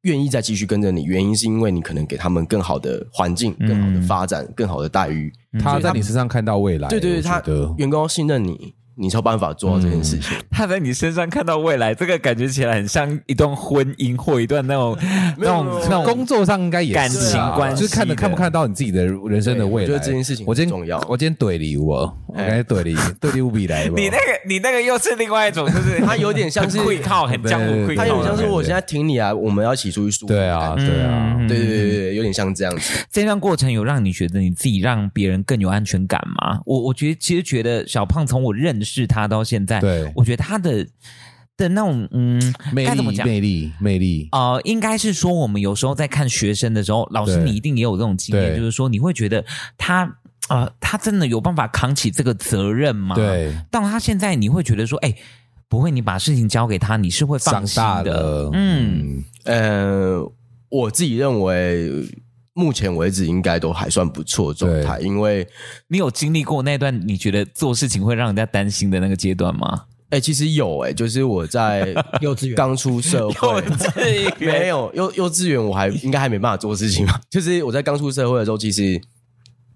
Speaker 5: 愿意再继续跟着你？原因是因为你可能给他们更好的环境、
Speaker 2: 嗯
Speaker 5: 更好的发展、更好的待遇。
Speaker 3: 他在你身上看到未来，
Speaker 5: 对对对，
Speaker 3: 我觉
Speaker 5: 他
Speaker 3: 得
Speaker 5: 员工要信任你，你才有办法做到这件事情。
Speaker 2: 他在你身上看到未来，这个感觉起来很像一段婚姻或一段那种那种
Speaker 5: 没有
Speaker 2: 那种
Speaker 3: 工作上应该也是啊
Speaker 2: 感情关系
Speaker 3: 就是看得
Speaker 2: 的
Speaker 3: 看不看得到你自己的人生的未来。
Speaker 5: 对我觉得这件事情
Speaker 3: 我今天
Speaker 5: 很重要哎
Speaker 3: 我今天怼礼物，我刚 才怼礼怼礼物比来吧。
Speaker 2: 你那个你那个又是另外一种，就是
Speaker 5: 他有点像是
Speaker 2: 会靠嗯很江湖会
Speaker 3: 对
Speaker 2: 靠
Speaker 5: 他
Speaker 2: 的感觉，
Speaker 5: 有点像是我现在挺你啊，我们要一起出去舒服。
Speaker 3: 对啊，
Speaker 2: 嗯
Speaker 3: 对啊，
Speaker 2: 嗯
Speaker 5: 对对对对对，有点像这样子。
Speaker 2: 这段过程有让你觉得你自己让别人更有安全感吗？我我觉得其实觉得小胖从我认识他到现在，
Speaker 3: 对
Speaker 2: 我觉得他的的那种嗯，
Speaker 3: 魅
Speaker 2: 该怎么
Speaker 3: 力，
Speaker 2: 讲？
Speaker 3: 魅力，魅力。
Speaker 2: 呃，应该是说我们有时候在看学生的时候，老师
Speaker 3: 对
Speaker 2: 你一定也有这种经验，
Speaker 3: 对
Speaker 2: 就是说你会觉得他呃，他真的有办法扛起这个责任吗？，
Speaker 3: 对，
Speaker 2: 到他现在你会觉得说，哎、不会，你把事情交给他，你是会放
Speaker 3: 长
Speaker 2: 心
Speaker 3: 大
Speaker 2: 的
Speaker 3: 了，，
Speaker 2: 嗯，
Speaker 5: 呃，我自己认为，目前为止应该都还算不错的状态，因为
Speaker 2: 你有经历过那段你觉得做事情会让人家担心的那个阶段吗？
Speaker 5: 哎、其实有哎、就是我在
Speaker 4: 幼稚园
Speaker 5: 刚出社会。 没有幼幼稚园，我 还应该还没办法做事情吧。就是我在刚出社会的时候，其实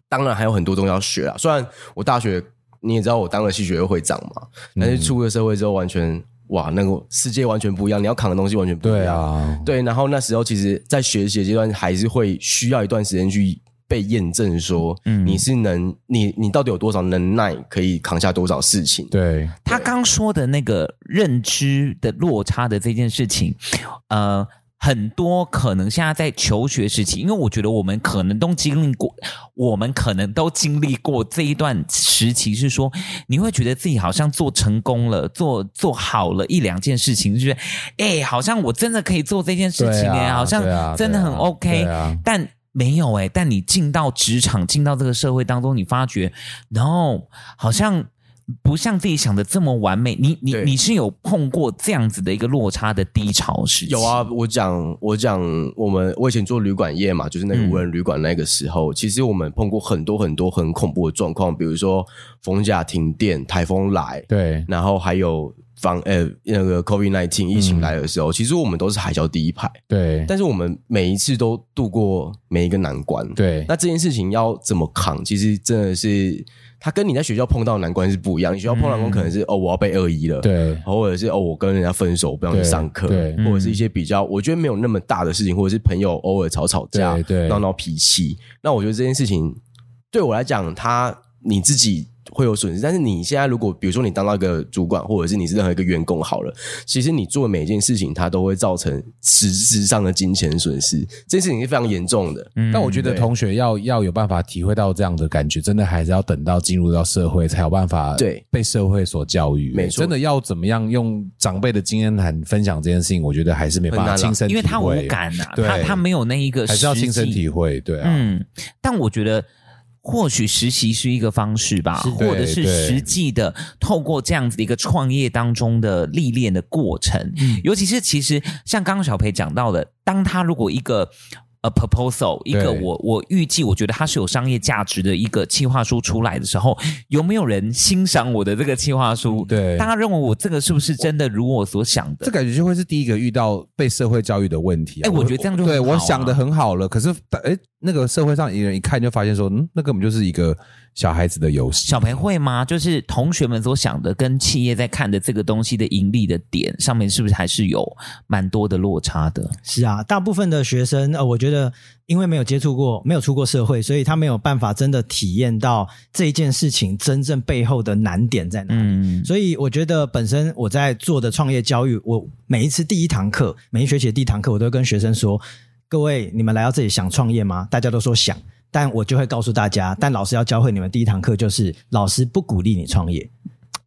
Speaker 5: 当然还有很多东西要学啊。虽然我大学你也知道我当了系学会会长嘛，但
Speaker 4: 嗯
Speaker 5: 是出了社会之后，完全哇，那个世界完全不一样，你要扛的东西完全不一样。
Speaker 3: 对啊，
Speaker 5: 对，然后那时候其实，在学习的阶段，还是会需要一段时间去被验证说，
Speaker 2: 嗯
Speaker 5: 你是能，你你到底有多少能耐，可以扛下多少事情。
Speaker 3: 对，啊
Speaker 2: 他刚说的那个认知的落差的这件事情，呃，很多可能现在在求学时期，因为我觉得我们可能都经历过，我们可能都经历过这一段时期，是说你会觉得自己好像做成功了，做做好了一两件事情，就是哎、好像我真的可以做这件事情
Speaker 3: 对啊
Speaker 2: 哎、好
Speaker 3: 对啊
Speaker 2: 像真的很
Speaker 3: 对啊
Speaker 2: OK，、
Speaker 3: 对啊
Speaker 2: 但没有哎、但你进到职场，进到这个社会当中，你发觉，然后好像不像自己想的这么完美。你你
Speaker 5: 对
Speaker 2: 你是有碰过这样子的一个落差的低潮时期？
Speaker 5: 有，啊，我讲我讲，我们我以前做旅馆业嘛，就是那个
Speaker 2: 嗯
Speaker 5: 无人旅馆那个时候，其实我们碰过很多很多很恐怖的状况，比如说逢甲停电、台风来，
Speaker 3: 对，
Speaker 5: 然后还有防呃那个 COVID nineteen 疫情来的时候，其实我们都是海啸第一排，
Speaker 3: 对，
Speaker 5: 但是我们每一次都度过每一个难关。
Speaker 3: 对，
Speaker 5: 那这件事情要怎么扛？其实真的是，它跟你在学校碰到的难关是不一样。你学校碰到的难关可能是、哦，我要被恶意了，，
Speaker 3: 对，
Speaker 5: 或者是哦，我跟人家分手，我不想去
Speaker 3: 对
Speaker 5: 上课，
Speaker 3: 对
Speaker 5: 或者是一些比较我觉得没有那么大的事情，或者是朋友偶尔吵吵架，
Speaker 3: 对对
Speaker 5: 闹闹脾气。那我觉得这件事情对我来讲，他你自己。会有损失，但是你现在如果比如说你当到一个主管，或者是你是任何一个员工好了，其实你做每一件事情，它都会造成实质上的金钱损失，这件事情是非常严重的。
Speaker 2: 嗯
Speaker 3: 但我觉得
Speaker 5: 对
Speaker 3: 同学要要有办法体会到这样的感觉，真的还是要等到进入到社会才有办法
Speaker 5: 对
Speaker 3: 被社会所教育。
Speaker 5: 没错
Speaker 3: 真的要怎么样用长辈的经验谈分享这件事情，我觉得还是没办
Speaker 5: 很
Speaker 3: 法
Speaker 5: 难啊
Speaker 3: 亲身体会，
Speaker 2: 因为他无感啊，
Speaker 3: 对
Speaker 2: 他他没有那一个
Speaker 3: 还是要
Speaker 2: 实际
Speaker 3: 亲身体会。对啊，
Speaker 2: 嗯，但我觉得。或许实习是一个方式吧，
Speaker 3: 是
Speaker 2: 或者
Speaker 3: 对
Speaker 2: 是
Speaker 3: 对
Speaker 2: 实际的透过这样子的一个创业当中的历练的过程，
Speaker 3: 嗯
Speaker 2: 尤其是其实像刚刚小培讲到的，当他如果一个呃 proposal 一个
Speaker 3: 对
Speaker 2: 我我预计我觉得它是有商业价值的一个企划书出来的时候，有没有人欣赏我的这个企划书？
Speaker 3: 对
Speaker 2: 大家认为我这个是不是真的如我所想
Speaker 3: 这
Speaker 2: 的？
Speaker 3: 感觉就会是第一个遇到被社会教育的问题啊、
Speaker 2: 哎我觉得这样就
Speaker 3: 对
Speaker 2: 很好啊
Speaker 3: 我想的很好了，可是哎，那个社会上一人一看就发现说，嗯，那根本就是一个小孩子的游戏。
Speaker 2: 小培会吗？就是同学们所想的跟企业在看的这个东西的盈利的点上面，是不是还是有蛮多的落差的？
Speaker 4: 是啊，大部分的学生，呃，我觉得因为没有接触过，没有出过社会，所以他没有办法真的体验到这一件事情真正背后的难点在哪里。
Speaker 2: 嗯，
Speaker 4: 所以我觉得本身我在做的创业教育，我每一次第一堂课，每一学期的第一堂课，我都会跟学生说：各位，你们来到这里想创业吗？大家都说想，但我就会告诉大家，但老师要教会你们第一堂课就是，老师不鼓励你创业。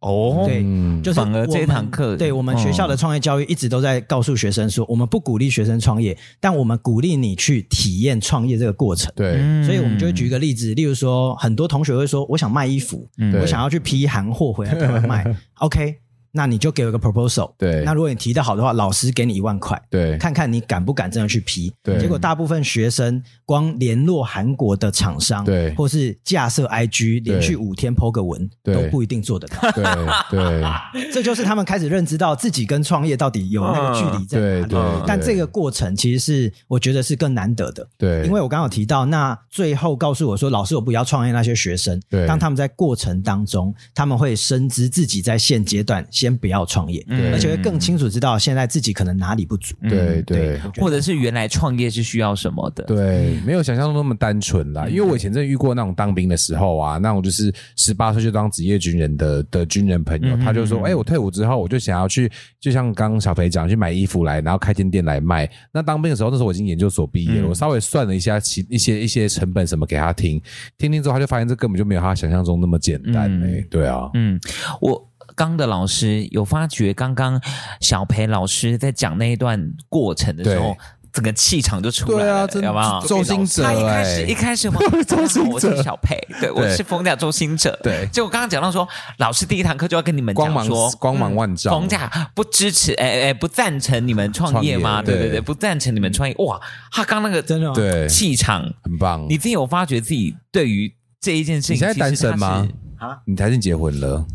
Speaker 2: 哦，
Speaker 4: 对
Speaker 3: 嗯
Speaker 4: 就是
Speaker 2: 反而这
Speaker 4: 我们
Speaker 2: 堂课嗯
Speaker 4: 对我们学校的创业教育一直都在告诉学生说，我们不鼓励学生创业，但我们鼓励你去体验创业这个过程。
Speaker 2: 嗯
Speaker 3: 对
Speaker 4: 所以我们就会举一个例子，例如说，很多同学会说，我想卖衣服，
Speaker 2: 嗯
Speaker 3: 对
Speaker 4: 我想要去批韩货回来台 湾卖。OK，那你就给我一个 proposal。
Speaker 3: 对
Speaker 4: 那如果你提的好的话，老师给你一万块，
Speaker 3: 对
Speaker 4: 看看你敢不敢真的去批。
Speaker 3: 对
Speaker 4: 结果大部分学生光联络韩国的厂商，
Speaker 3: 对
Speaker 4: 或是架设 IG，
Speaker 3: 对
Speaker 4: 连续五天 PO 个文，
Speaker 3: 对
Speaker 4: 都不一定做得到。
Speaker 3: 对对
Speaker 4: 这就是他们开始认知到自己跟创业到底有那个距离 在
Speaker 3: 对
Speaker 4: 哪
Speaker 3: 对
Speaker 4: 里。
Speaker 3: 对，
Speaker 4: 但这个过程其实是我觉得是更难得的，
Speaker 3: 对，
Speaker 4: 因为我刚刚有提到，那最后告诉我说，老师我不要创业那些学生
Speaker 3: 对，
Speaker 4: 当他们在过程当中，他们会深知自己在现阶段先不要创业，
Speaker 2: 嗯
Speaker 4: 而且会更清楚知道现在自己可能哪里不足。
Speaker 3: 对对
Speaker 4: 对，我觉得
Speaker 2: 或者是原来创业是需要什么的，
Speaker 3: 对，没有想象中那么单纯
Speaker 2: 嗯
Speaker 3: 啦。因为我以前真的遇过那种当兵的时候啊，那种就是十八岁就当职业军人的的军人朋友，
Speaker 2: 嗯
Speaker 3: 他就说：“
Speaker 2: 嗯
Speaker 3: 哎、我退伍之后，我就想要去，就像刚刚小肥讲，去买衣服来，然后开间店来卖。”那当兵的时候，那时候我已经研究所毕业
Speaker 2: 嗯
Speaker 3: 了，我稍微算了一下其一些一些成本什么给他听，听听之后，他就发现这根本就没有他想象中那么简单
Speaker 2: 嗯
Speaker 3: 哎、对啊，
Speaker 2: 嗯，我刚的老师有发觉，刚刚小裴老师在讲那一段过程的时候
Speaker 3: 对，
Speaker 2: 整个气场就出来
Speaker 3: 对
Speaker 2: 了，
Speaker 3: 啊真
Speaker 2: 要不要？
Speaker 3: 周星哲
Speaker 2: 他一开
Speaker 3: 哎
Speaker 2: 始一开 始我周星我是小裴，对，我
Speaker 3: 对
Speaker 2: 是冯甲周星哲，
Speaker 3: 对
Speaker 2: 结果刚刚讲到说，老师第一堂课就要跟你们
Speaker 3: 光
Speaker 2: 讲
Speaker 3: 芒
Speaker 2: 说，嗯
Speaker 3: 光芒万丈，
Speaker 2: 冯甲不支持，哎哎，不赞成你们创业吗？
Speaker 3: 创业
Speaker 2: 对对
Speaker 3: 对
Speaker 2: 对，不赞成你们创业。哇，他刚那个
Speaker 4: 真的吗
Speaker 3: 对，
Speaker 2: 气场，
Speaker 3: 很棒。
Speaker 2: 你自己有发觉自己对于这一件事情，
Speaker 3: 你现在单身吗
Speaker 2: 其实他是？
Speaker 4: 啊
Speaker 3: 你才是结婚了，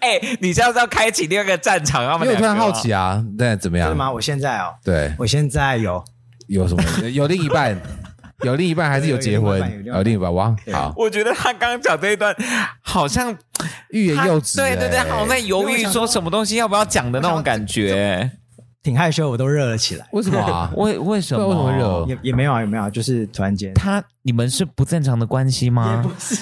Speaker 2: 哎、你这样是要开启第二个战场，他
Speaker 3: 因
Speaker 2: 们
Speaker 3: 为
Speaker 2: 两
Speaker 3: 我突
Speaker 2: 个
Speaker 3: 然好奇啊，那怎么
Speaker 4: 真
Speaker 3: 样
Speaker 4: 的？吗？我现在哦，
Speaker 3: 对，
Speaker 4: 我现在有
Speaker 3: 有什么？ 有另一半，有另一半还是有结婚
Speaker 4: 有？有
Speaker 3: 有另一半哇，好，
Speaker 2: 我觉得他刚刚讲这一段，好像
Speaker 3: 欲言又止。
Speaker 2: 对对对，
Speaker 3: 哎
Speaker 2: 好像在犹豫说什么东西要不要讲的那种感觉。
Speaker 4: 挺害羞，我都热了起来。
Speaker 3: 为什 么啊？
Speaker 2: 为为什么？
Speaker 3: 对为什么会
Speaker 2: 哦
Speaker 3: 热
Speaker 4: 也也没有啊，也没有啊，就是突然间，
Speaker 2: 他你们是不正常的关系
Speaker 4: 也
Speaker 2: 吗
Speaker 4: 不？是，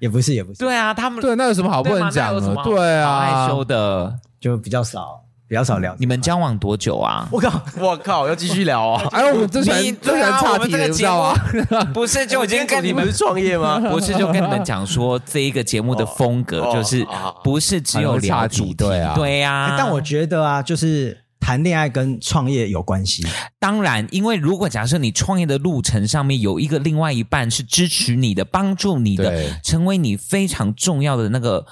Speaker 4: 也不是，也不是，
Speaker 2: 对啊，他们
Speaker 3: 对，那有什么好
Speaker 2: 好
Speaker 3: 不能讲的？对
Speaker 2: 害
Speaker 3: 啊，
Speaker 2: 羞的。
Speaker 4: 就比较少，比较少聊。
Speaker 2: 你们交往多久啊？
Speaker 4: 我靠，
Speaker 5: 我靠，要继续聊啊！
Speaker 3: 哎，我们最喜欢
Speaker 2: 你
Speaker 3: 最喜
Speaker 2: 对啊
Speaker 3: 欢岔
Speaker 2: 我们
Speaker 3: 题
Speaker 2: 这
Speaker 3: 的，
Speaker 2: 个
Speaker 3: 你知道吗？
Speaker 2: 不是就已经跟你
Speaker 5: 你不
Speaker 2: 们
Speaker 5: 是创业吗？
Speaker 2: 不是就跟你们讲说，这一个节目的风格
Speaker 5: 哦
Speaker 2: 就是
Speaker 5: 哦
Speaker 2: 不是只有聊主题，
Speaker 3: 很有差距对啊
Speaker 2: 对啊
Speaker 4: 哎。但我觉得啊，就是谈恋爱跟创业有关
Speaker 2: 啊
Speaker 4: 系。
Speaker 2: 当然，因为如果假设你创业的路程上面有一个另外一半是支持你的、帮助你
Speaker 3: 对
Speaker 2: 的，成为你非常重要的那个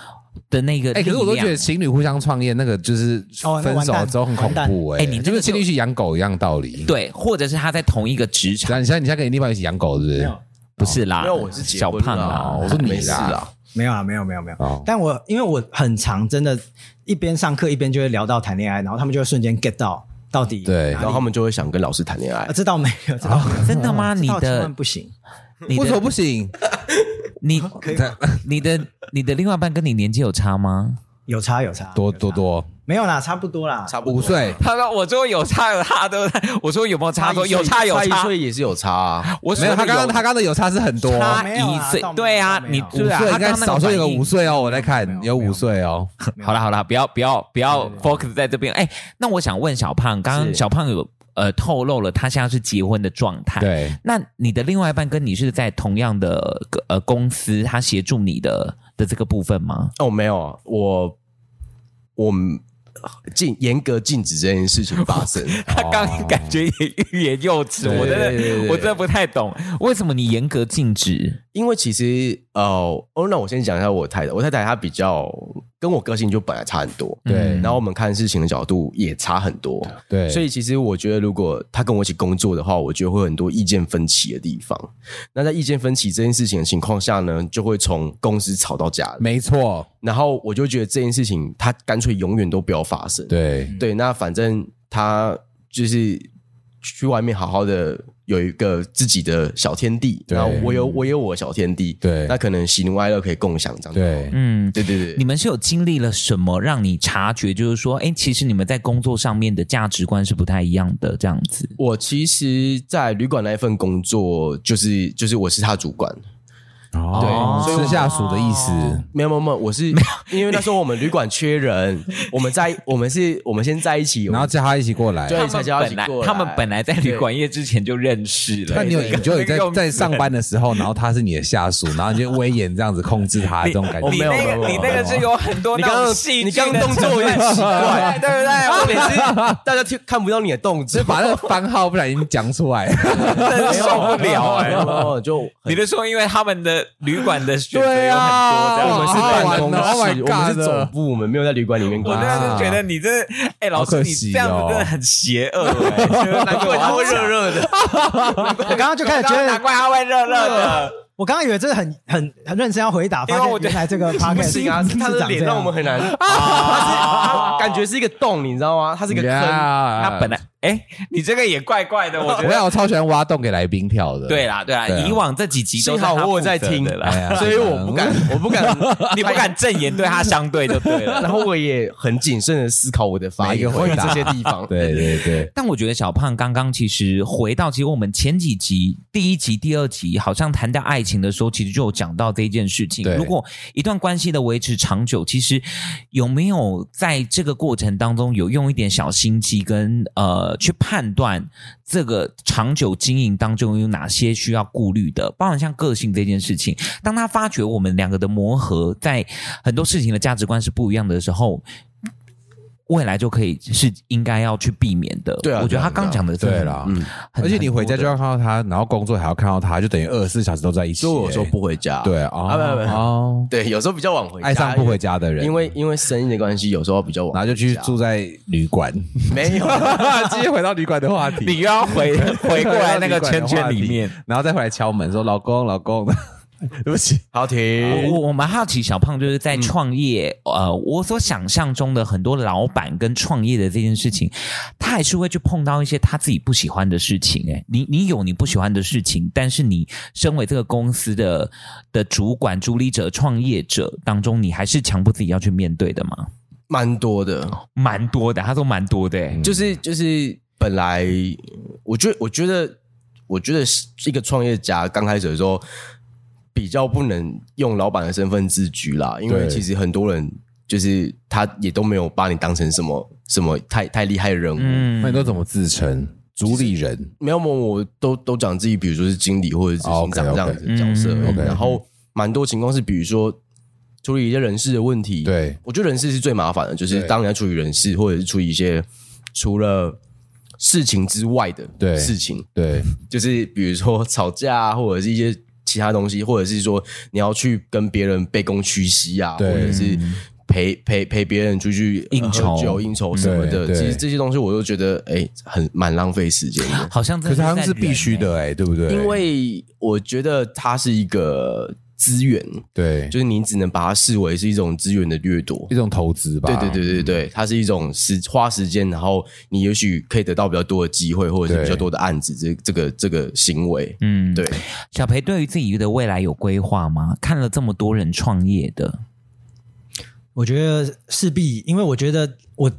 Speaker 2: 的那个
Speaker 3: 哎，可是我都
Speaker 2: 力量
Speaker 3: 觉得情侣互相创业那个就是
Speaker 4: 哦那
Speaker 3: 分
Speaker 4: 完
Speaker 3: 手
Speaker 4: 蛋
Speaker 3: 之后很恐怖哎，
Speaker 2: 哎你那个
Speaker 3: 就是情侣
Speaker 2: 就
Speaker 3: 去养狗一样道理。
Speaker 2: 对，或者是他在同一个职
Speaker 3: 那
Speaker 2: 场，
Speaker 3: 你现在你现在跟你另一半一起养狗是不是？
Speaker 2: 不是啦，
Speaker 5: 因为我是结
Speaker 2: 啊小
Speaker 5: 婚
Speaker 2: 胖
Speaker 5: 了
Speaker 2: 啦
Speaker 5: 啊，，
Speaker 3: 我说你啦
Speaker 5: 没事啊，
Speaker 4: 没有啊，没有，没有，没有。
Speaker 3: 哦
Speaker 4: 但我因为我很常真的，一边上课一边就会聊到谈恋爱，然后他们就会瞬间 get 到到底
Speaker 3: 对
Speaker 4: 哪
Speaker 5: 然
Speaker 4: 里
Speaker 5: 后他们就会想跟老师谈恋爱
Speaker 4: 啊，。这倒没有，这倒没有
Speaker 2: 哦真的 吗？你
Speaker 4: 这倒千
Speaker 2: 的
Speaker 4: 万不行，
Speaker 2: 你
Speaker 3: 为什么
Speaker 2: 的
Speaker 3: 不 行？
Speaker 2: 你你的你的另外一半跟你年纪有差吗？
Speaker 4: 有差有差，
Speaker 3: 多
Speaker 4: 有差
Speaker 3: 多多，
Speaker 4: 没有啦，差不多啦，
Speaker 5: 差不多
Speaker 3: 五岁
Speaker 2: 他说我说有差有差，对不对？我说有没有差？
Speaker 5: 一
Speaker 2: 说
Speaker 5: 岁
Speaker 2: 有差有
Speaker 5: 差一
Speaker 2: 差。
Speaker 5: 岁也是有差啊。
Speaker 2: 我
Speaker 3: 没有，他刚刚他刚刚的有差是很多，
Speaker 2: 差
Speaker 4: 没有
Speaker 2: 一
Speaker 4: 啦
Speaker 2: 岁
Speaker 4: 倒没有
Speaker 2: 对啊
Speaker 4: 倒没有
Speaker 2: 你
Speaker 3: 五
Speaker 2: 对啊
Speaker 3: 岁应
Speaker 2: 他刚
Speaker 3: 该
Speaker 2: 刚那个
Speaker 3: 少说有个
Speaker 2: 反应
Speaker 3: 五岁哦，我来
Speaker 4: 没
Speaker 3: 看
Speaker 4: 有
Speaker 3: 有五岁哦。
Speaker 2: 好了好了，不要不要不要
Speaker 4: 对对
Speaker 2: focus 在这边。哎，那我想问小胖，刚刚
Speaker 5: 是
Speaker 2: 小胖有呃透露了他现在是结婚的状态。，
Speaker 3: 对，
Speaker 2: 那你的另外一半跟你是在同样的呃公司，他协助你的的这个部分吗？
Speaker 5: 哦，没有啊，我我们禁严格禁止这件事情发生。
Speaker 2: 他刚刚感觉也欲言又止，
Speaker 3: 对
Speaker 2: 我真
Speaker 5: 哦对对
Speaker 2: 的
Speaker 5: 对
Speaker 2: 我真的不太懂，为什么你严格禁止？
Speaker 5: 因为其实呃，哦，那我先讲一下我太太，我太太她比较跟我个性就本来差很多，
Speaker 3: 对
Speaker 5: 然后我们看事情的角度也差很多，
Speaker 3: 嗯对，
Speaker 5: 嗯所以其实我觉得如果她跟我一起工作的话，我觉得会有很多意见分歧的地方。那在意见分歧这件事情的情况下呢，就会从公司吵到家里，
Speaker 3: 没错，
Speaker 5: 然后我就觉得这件事情它干脆永远都不要发生。
Speaker 3: 对
Speaker 5: 对，那反正他就是去外面好好的有一个自己的小天地，
Speaker 3: 对
Speaker 5: 然后我有我有我的小天地，
Speaker 3: 对
Speaker 5: 那可能喜怒哀乐可以共享这样。
Speaker 3: 对，
Speaker 2: 嗯，
Speaker 5: 对对
Speaker 2: 你
Speaker 5: 对，
Speaker 2: 们是有经历了什么让你察觉，就是说，哎，其实你们在工作上面的价值观是不太一样的，这样子。
Speaker 5: 我其实，在旅馆那一份工作，就是就是我是他主管，
Speaker 3: 哦，对，
Speaker 2: 对
Speaker 3: 是下属的意思。
Speaker 5: 没有没有没有，我是因为那时候我们旅馆缺 人，我们在我们是我们先在一起，
Speaker 3: 然后
Speaker 5: 我们
Speaker 3: 叫他一起过来。
Speaker 5: 对
Speaker 2: 他
Speaker 5: 才
Speaker 2: 们
Speaker 5: 叫他一
Speaker 2: 本
Speaker 5: 起
Speaker 2: 来
Speaker 5: 过来
Speaker 2: 他们本来在旅馆业之前就认识了。
Speaker 3: 那你有
Speaker 2: 对
Speaker 3: enjoy
Speaker 2: 那个
Speaker 3: 在在上班的时候，然后他是你的下属，然后你就威严这样子控制他这种感觉。
Speaker 5: 我
Speaker 2: 你
Speaker 5: 没有没
Speaker 2: 那
Speaker 5: 有没有
Speaker 2: 个你那个是有很多
Speaker 5: 你
Speaker 2: 那
Speaker 5: 刚
Speaker 2: 种
Speaker 5: 刚
Speaker 2: 戏
Speaker 5: 你刚刚
Speaker 2: 剧的
Speaker 5: 动作有点奇 怪，对不对？我每次大家听看不到你的动作
Speaker 3: 只是，把那个番号不小心讲出来。
Speaker 2: 真受不了哎、
Speaker 5: 没有没有就很
Speaker 2: 你是说因为他们的旅馆的选择
Speaker 3: 对
Speaker 2: 有很
Speaker 3: 啊
Speaker 2: 多，这样
Speaker 5: 我们是
Speaker 3: 好
Speaker 5: 办
Speaker 3: 玩
Speaker 5: 公
Speaker 3: 哦，Oh my
Speaker 5: 室，我们是
Speaker 3: God
Speaker 5: 总部，我们没有在旅馆里面工
Speaker 2: 我
Speaker 5: 作。
Speaker 2: 真的
Speaker 3: 啊
Speaker 2: 是觉得你真的，哎、老师
Speaker 3: 好可
Speaker 2: 你
Speaker 3: 惜
Speaker 2: 这样
Speaker 3: 哦
Speaker 2: 子真的很邪恶、 哎难怪他会热热，
Speaker 5: 热 的，
Speaker 4: 我刚刚就开始觉
Speaker 2: 难
Speaker 4: 得，
Speaker 2: 怪他会热热的。
Speaker 4: 我刚刚以为真的很很很认真要回答，
Speaker 2: 因为
Speaker 4: 发现
Speaker 2: 我觉得
Speaker 4: 原来 这个
Speaker 5: 不
Speaker 4: podcast
Speaker 5: 行啊！他
Speaker 4: 是
Speaker 5: 的
Speaker 4: 长这
Speaker 5: 脸让我
Speaker 4: 样
Speaker 5: 们。很难，他是他感觉是一个洞，你知道吗？他是一个坑。
Speaker 3: 他
Speaker 2: 他本来，哎、你这个也怪怪 的，我觉
Speaker 3: 我
Speaker 2: 得。
Speaker 3: 要我超喜欢挖洞给来宾跳的。
Speaker 2: 对，啦，对啦，
Speaker 3: 对啊
Speaker 2: 以往这几集都
Speaker 5: 幸
Speaker 2: 是他
Speaker 5: 好我有在
Speaker 2: 负责
Speaker 5: 听
Speaker 2: 的啦，
Speaker 3: 哎呀
Speaker 5: 所以我不敢，我不 敢，
Speaker 2: 你不敢正言对他相对就对了。
Speaker 5: 然后我也很谨慎的思考我的发
Speaker 3: 每一个
Speaker 5: 言，
Speaker 3: 回
Speaker 5: 关于这
Speaker 3: 答
Speaker 5: 些地方。
Speaker 3: 对对对，
Speaker 2: 但我觉得小胖刚刚其实回到，其实我们前几集，第一集、第二集，好像谈到爱情的时候，其实就有讲到这一件事情
Speaker 3: 对。
Speaker 2: 如果一段关系的维持长久，其实有没有在这个过程当中有用一点小心机跟呃去判断这个长久经营当中有哪些需要顾虑的，包含像个性这件事情。当他发觉我们两个的磨合，在很多事情的价值观是不一样的时候，未来就可以是应该要去避免的。
Speaker 5: 对啊
Speaker 2: 我觉得他刚讲的真的
Speaker 3: 对啦
Speaker 2: 嗯，很
Speaker 3: 而且你回家就要看到他，然后工作还要看到他，就等于二十四小时都在一起。
Speaker 5: 所以我说不回家。
Speaker 3: 欸对哦
Speaker 5: 啊不不不
Speaker 3: 哦，
Speaker 5: 对，有时候比较晚回家，
Speaker 3: 爱上不回家的人，
Speaker 5: 因为因为生意的关系，有时候比较
Speaker 3: 然
Speaker 5: 晚。
Speaker 3: 后就去住在旅 馆。
Speaker 5: 没有，
Speaker 3: 直接回到旅馆的话题，
Speaker 2: 你又要 回回过来那个圈圈里面。，
Speaker 3: 然后再回来敲门说：“老公，老公， 对不起。
Speaker 5: 好
Speaker 3: 嗯
Speaker 2: 我
Speaker 5: 停。
Speaker 2: 我我蛮好奇，小胖就是在创业，呃，我所想象中的很多老板跟创业的这件事情，他还是会去碰到一些他自己不喜欢的事情、哎，你你有你不喜欢的事情，但是你身为这个公司的的主管、主理者、创业者当中，你还是强迫自己要去面对的吗？
Speaker 5: 蛮多的，
Speaker 2: 蛮多的，他说蛮多的、
Speaker 3: 嗯
Speaker 2: 哎
Speaker 5: 就是就是本来，我觉得我觉得我觉得一个创业家刚开始的时候，比较不能用老板的身份自居啦，因为
Speaker 3: 对
Speaker 5: 其实很多人就是他也都没有把你当成什么什么太太厉害的人物。
Speaker 3: 那
Speaker 2: 嗯
Speaker 3: 你，都怎么自称？主理人
Speaker 5: 没有我我都都讲自己，比如说是经理或者是执行长
Speaker 3: 哦
Speaker 5: 这
Speaker 3: OK，OK
Speaker 5: 样子的角色
Speaker 2: 嗯
Speaker 5: 而已。
Speaker 3: OK
Speaker 5: 然后蛮多情况是，比如说处理一些人事的问题，
Speaker 3: 对
Speaker 5: 我觉得人事是最麻烦的，就是
Speaker 3: 对
Speaker 5: 当你要处理人事或者是处理一些除了事情之外的
Speaker 3: 对
Speaker 5: 事情，
Speaker 3: 对
Speaker 5: 就是比如说吵架啊，或者是一些其他东西，或者是说你要去跟别人卑躬屈膝啊，或
Speaker 3: 对
Speaker 5: 者是陪陪陪别人出去
Speaker 2: 应酬
Speaker 5: 喝酒应酬什么的。
Speaker 3: 对对
Speaker 5: 其实这些东西我都觉得哎，很蛮浪费时间的。
Speaker 2: 好像真
Speaker 3: 可
Speaker 2: 的
Speaker 3: 是好
Speaker 2: 在
Speaker 3: 像是必须
Speaker 2: 人哎
Speaker 3: 的哎，对不对？
Speaker 5: 因为我觉得它是一个资源，
Speaker 3: 对，
Speaker 5: 就是你只能把它视为是一种资源的掠夺
Speaker 3: 一。种投资吧。嗯
Speaker 5: 对对对对对，它是一种时花时间，然后你也许可以得到比较多的机会，或者是
Speaker 3: 对
Speaker 5: 比较多的案子，这这个这个行为，
Speaker 2: 嗯，
Speaker 5: 对，
Speaker 2: 小培对于自己的未来有规划吗？看了这么多人创业的，
Speaker 4: 我觉得势必，因为我觉得我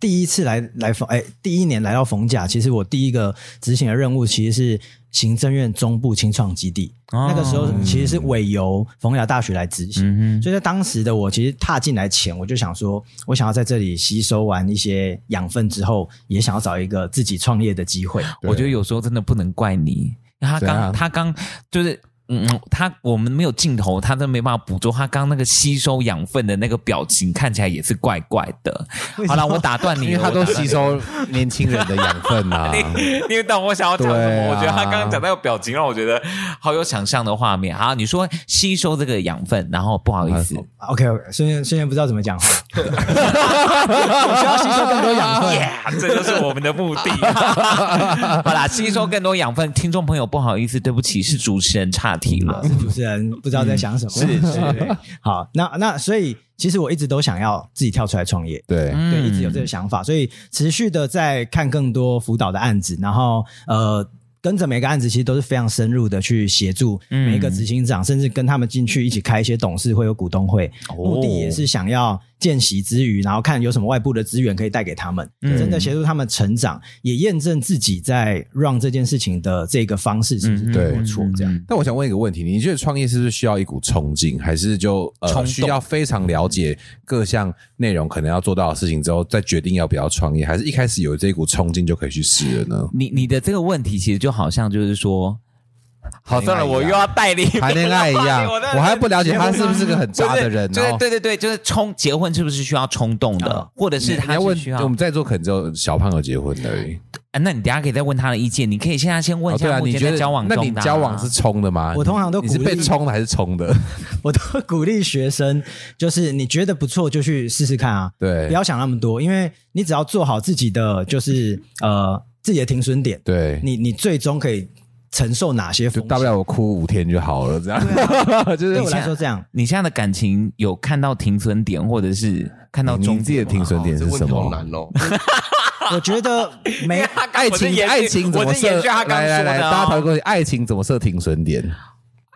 Speaker 4: 第一次来来逢，哎，第一年来到逢甲，其实我第一个执行的任务其实是行政院中部青创基地，
Speaker 2: 哦
Speaker 4: 那个时候其实是委由逢甲大学来执行。
Speaker 2: 嗯
Speaker 4: 所以在当时的我，其实踏进来前，我就想说，我想要在这里吸收完一些养分之后，也想要找一个自己创业的机会。
Speaker 2: 我觉得有时候真的不能怪你，他
Speaker 3: 怎
Speaker 2: 刚
Speaker 3: 样
Speaker 2: 他刚就是。嗯，他我们没有镜头，他真没办法捕捉他刚那个吸收养分的那个表情，看起来也是怪怪的。好了，我打断你
Speaker 3: 因
Speaker 2: 了，
Speaker 3: 为他
Speaker 2: 我
Speaker 3: 都
Speaker 2: 打断
Speaker 3: 吸收年轻人的养 分啊。
Speaker 2: 你，你懂我想要讲什么？
Speaker 3: 对啊
Speaker 2: 我觉得他刚刚讲那个表情让我觉得好有想象的画面。好，你说吸收这个养分，然后不好意思，
Speaker 4: OK OK，孙燕孙燕不知道怎么讲话， 我需要吸收更多养分。
Speaker 2: 哎 Yeah，这就是我们的目的。 好啦，吸收更多养分，听众朋友不好意思，对不起，是主持人岔题了。
Speaker 4: 是主持人不知道在想什么。是是， 好，那那所以其实我一直都想要自己跳出来创业。
Speaker 3: 对，
Speaker 2: 嗯
Speaker 4: 对，一直有这个想法，所以持续的在看更多辅导的案子，然后呃，跟着每个案子其实都是非常深入的去协助
Speaker 2: 嗯
Speaker 4: 每一个执行长，甚至跟他们进去一起开一些董事会、有股东会，
Speaker 2: 哦
Speaker 4: 目的也是想要见习之余，然后看有什么外部的资源可以带给他们，
Speaker 2: 嗯
Speaker 4: 真的协助他们成长，也验证自己在让这件事情的这个方式
Speaker 2: 嗯
Speaker 4: 是不是对或错这样。
Speaker 3: 但我想问一个问题：你觉得创业是不是需要一股冲劲，还是就
Speaker 2: 冲
Speaker 3: 呃
Speaker 2: 动
Speaker 3: 需要非常了解各项内容可能要做到的事情之后，再决定要不要创业，还是一开始有这一股冲劲就可以去试了呢？
Speaker 2: 你你的这个问题其实就好像就是说，好，算了，我又要带领
Speaker 3: 谈 恋爱一样，我还不了解他是不是个很渣的人
Speaker 2: 就是就是
Speaker 3: 哦。
Speaker 2: 对对对，就是冲结婚是不是需要冲动的，或者是
Speaker 3: 你
Speaker 2: 他
Speaker 3: 要
Speaker 2: 是
Speaker 3: 问
Speaker 2: 需
Speaker 3: 我
Speaker 2: 啊要
Speaker 3: 们？在座可能只有小胖有结婚而已。
Speaker 2: 啊那你等一下可以再问他的意见，你可以现在先问
Speaker 3: 哦
Speaker 2: 一
Speaker 3: 对啊，
Speaker 2: 下目
Speaker 3: 你
Speaker 2: 前
Speaker 3: 觉
Speaker 2: 在
Speaker 3: 得
Speaker 2: 交往中
Speaker 3: 那
Speaker 2: 的啊
Speaker 3: 你交往是冲的吗？
Speaker 4: 我通常都
Speaker 3: 你是
Speaker 4: 鼓励
Speaker 3: 被冲的还是冲的？
Speaker 4: 我都鼓励学生，就是你觉得不错就去试试看啊，
Speaker 3: 对
Speaker 4: 不要想那么多，因为你只要做好自己的，就是呃自己的停损点，
Speaker 3: 对，
Speaker 4: 你你最终可以承受哪些
Speaker 3: 就
Speaker 4: 风
Speaker 3: 大不
Speaker 4: 险？
Speaker 3: 了我哭五天就好了，这样。 就是
Speaker 4: 对我来说这样，
Speaker 2: 你现在的感情有看到停损点，或者是看到
Speaker 3: 你
Speaker 2: 终
Speaker 3: 你自己
Speaker 2: 点
Speaker 3: 的
Speaker 2: 吗
Speaker 3: 停损点
Speaker 5: 啊这
Speaker 3: 是
Speaker 5: 问
Speaker 3: 什
Speaker 5: 题好
Speaker 3: 么？
Speaker 5: 难哦。
Speaker 4: 我觉得没
Speaker 3: 爱情爱情怎么设？来来
Speaker 2: 啊
Speaker 3: 来，大家讨论过去，爱情怎么设停损点？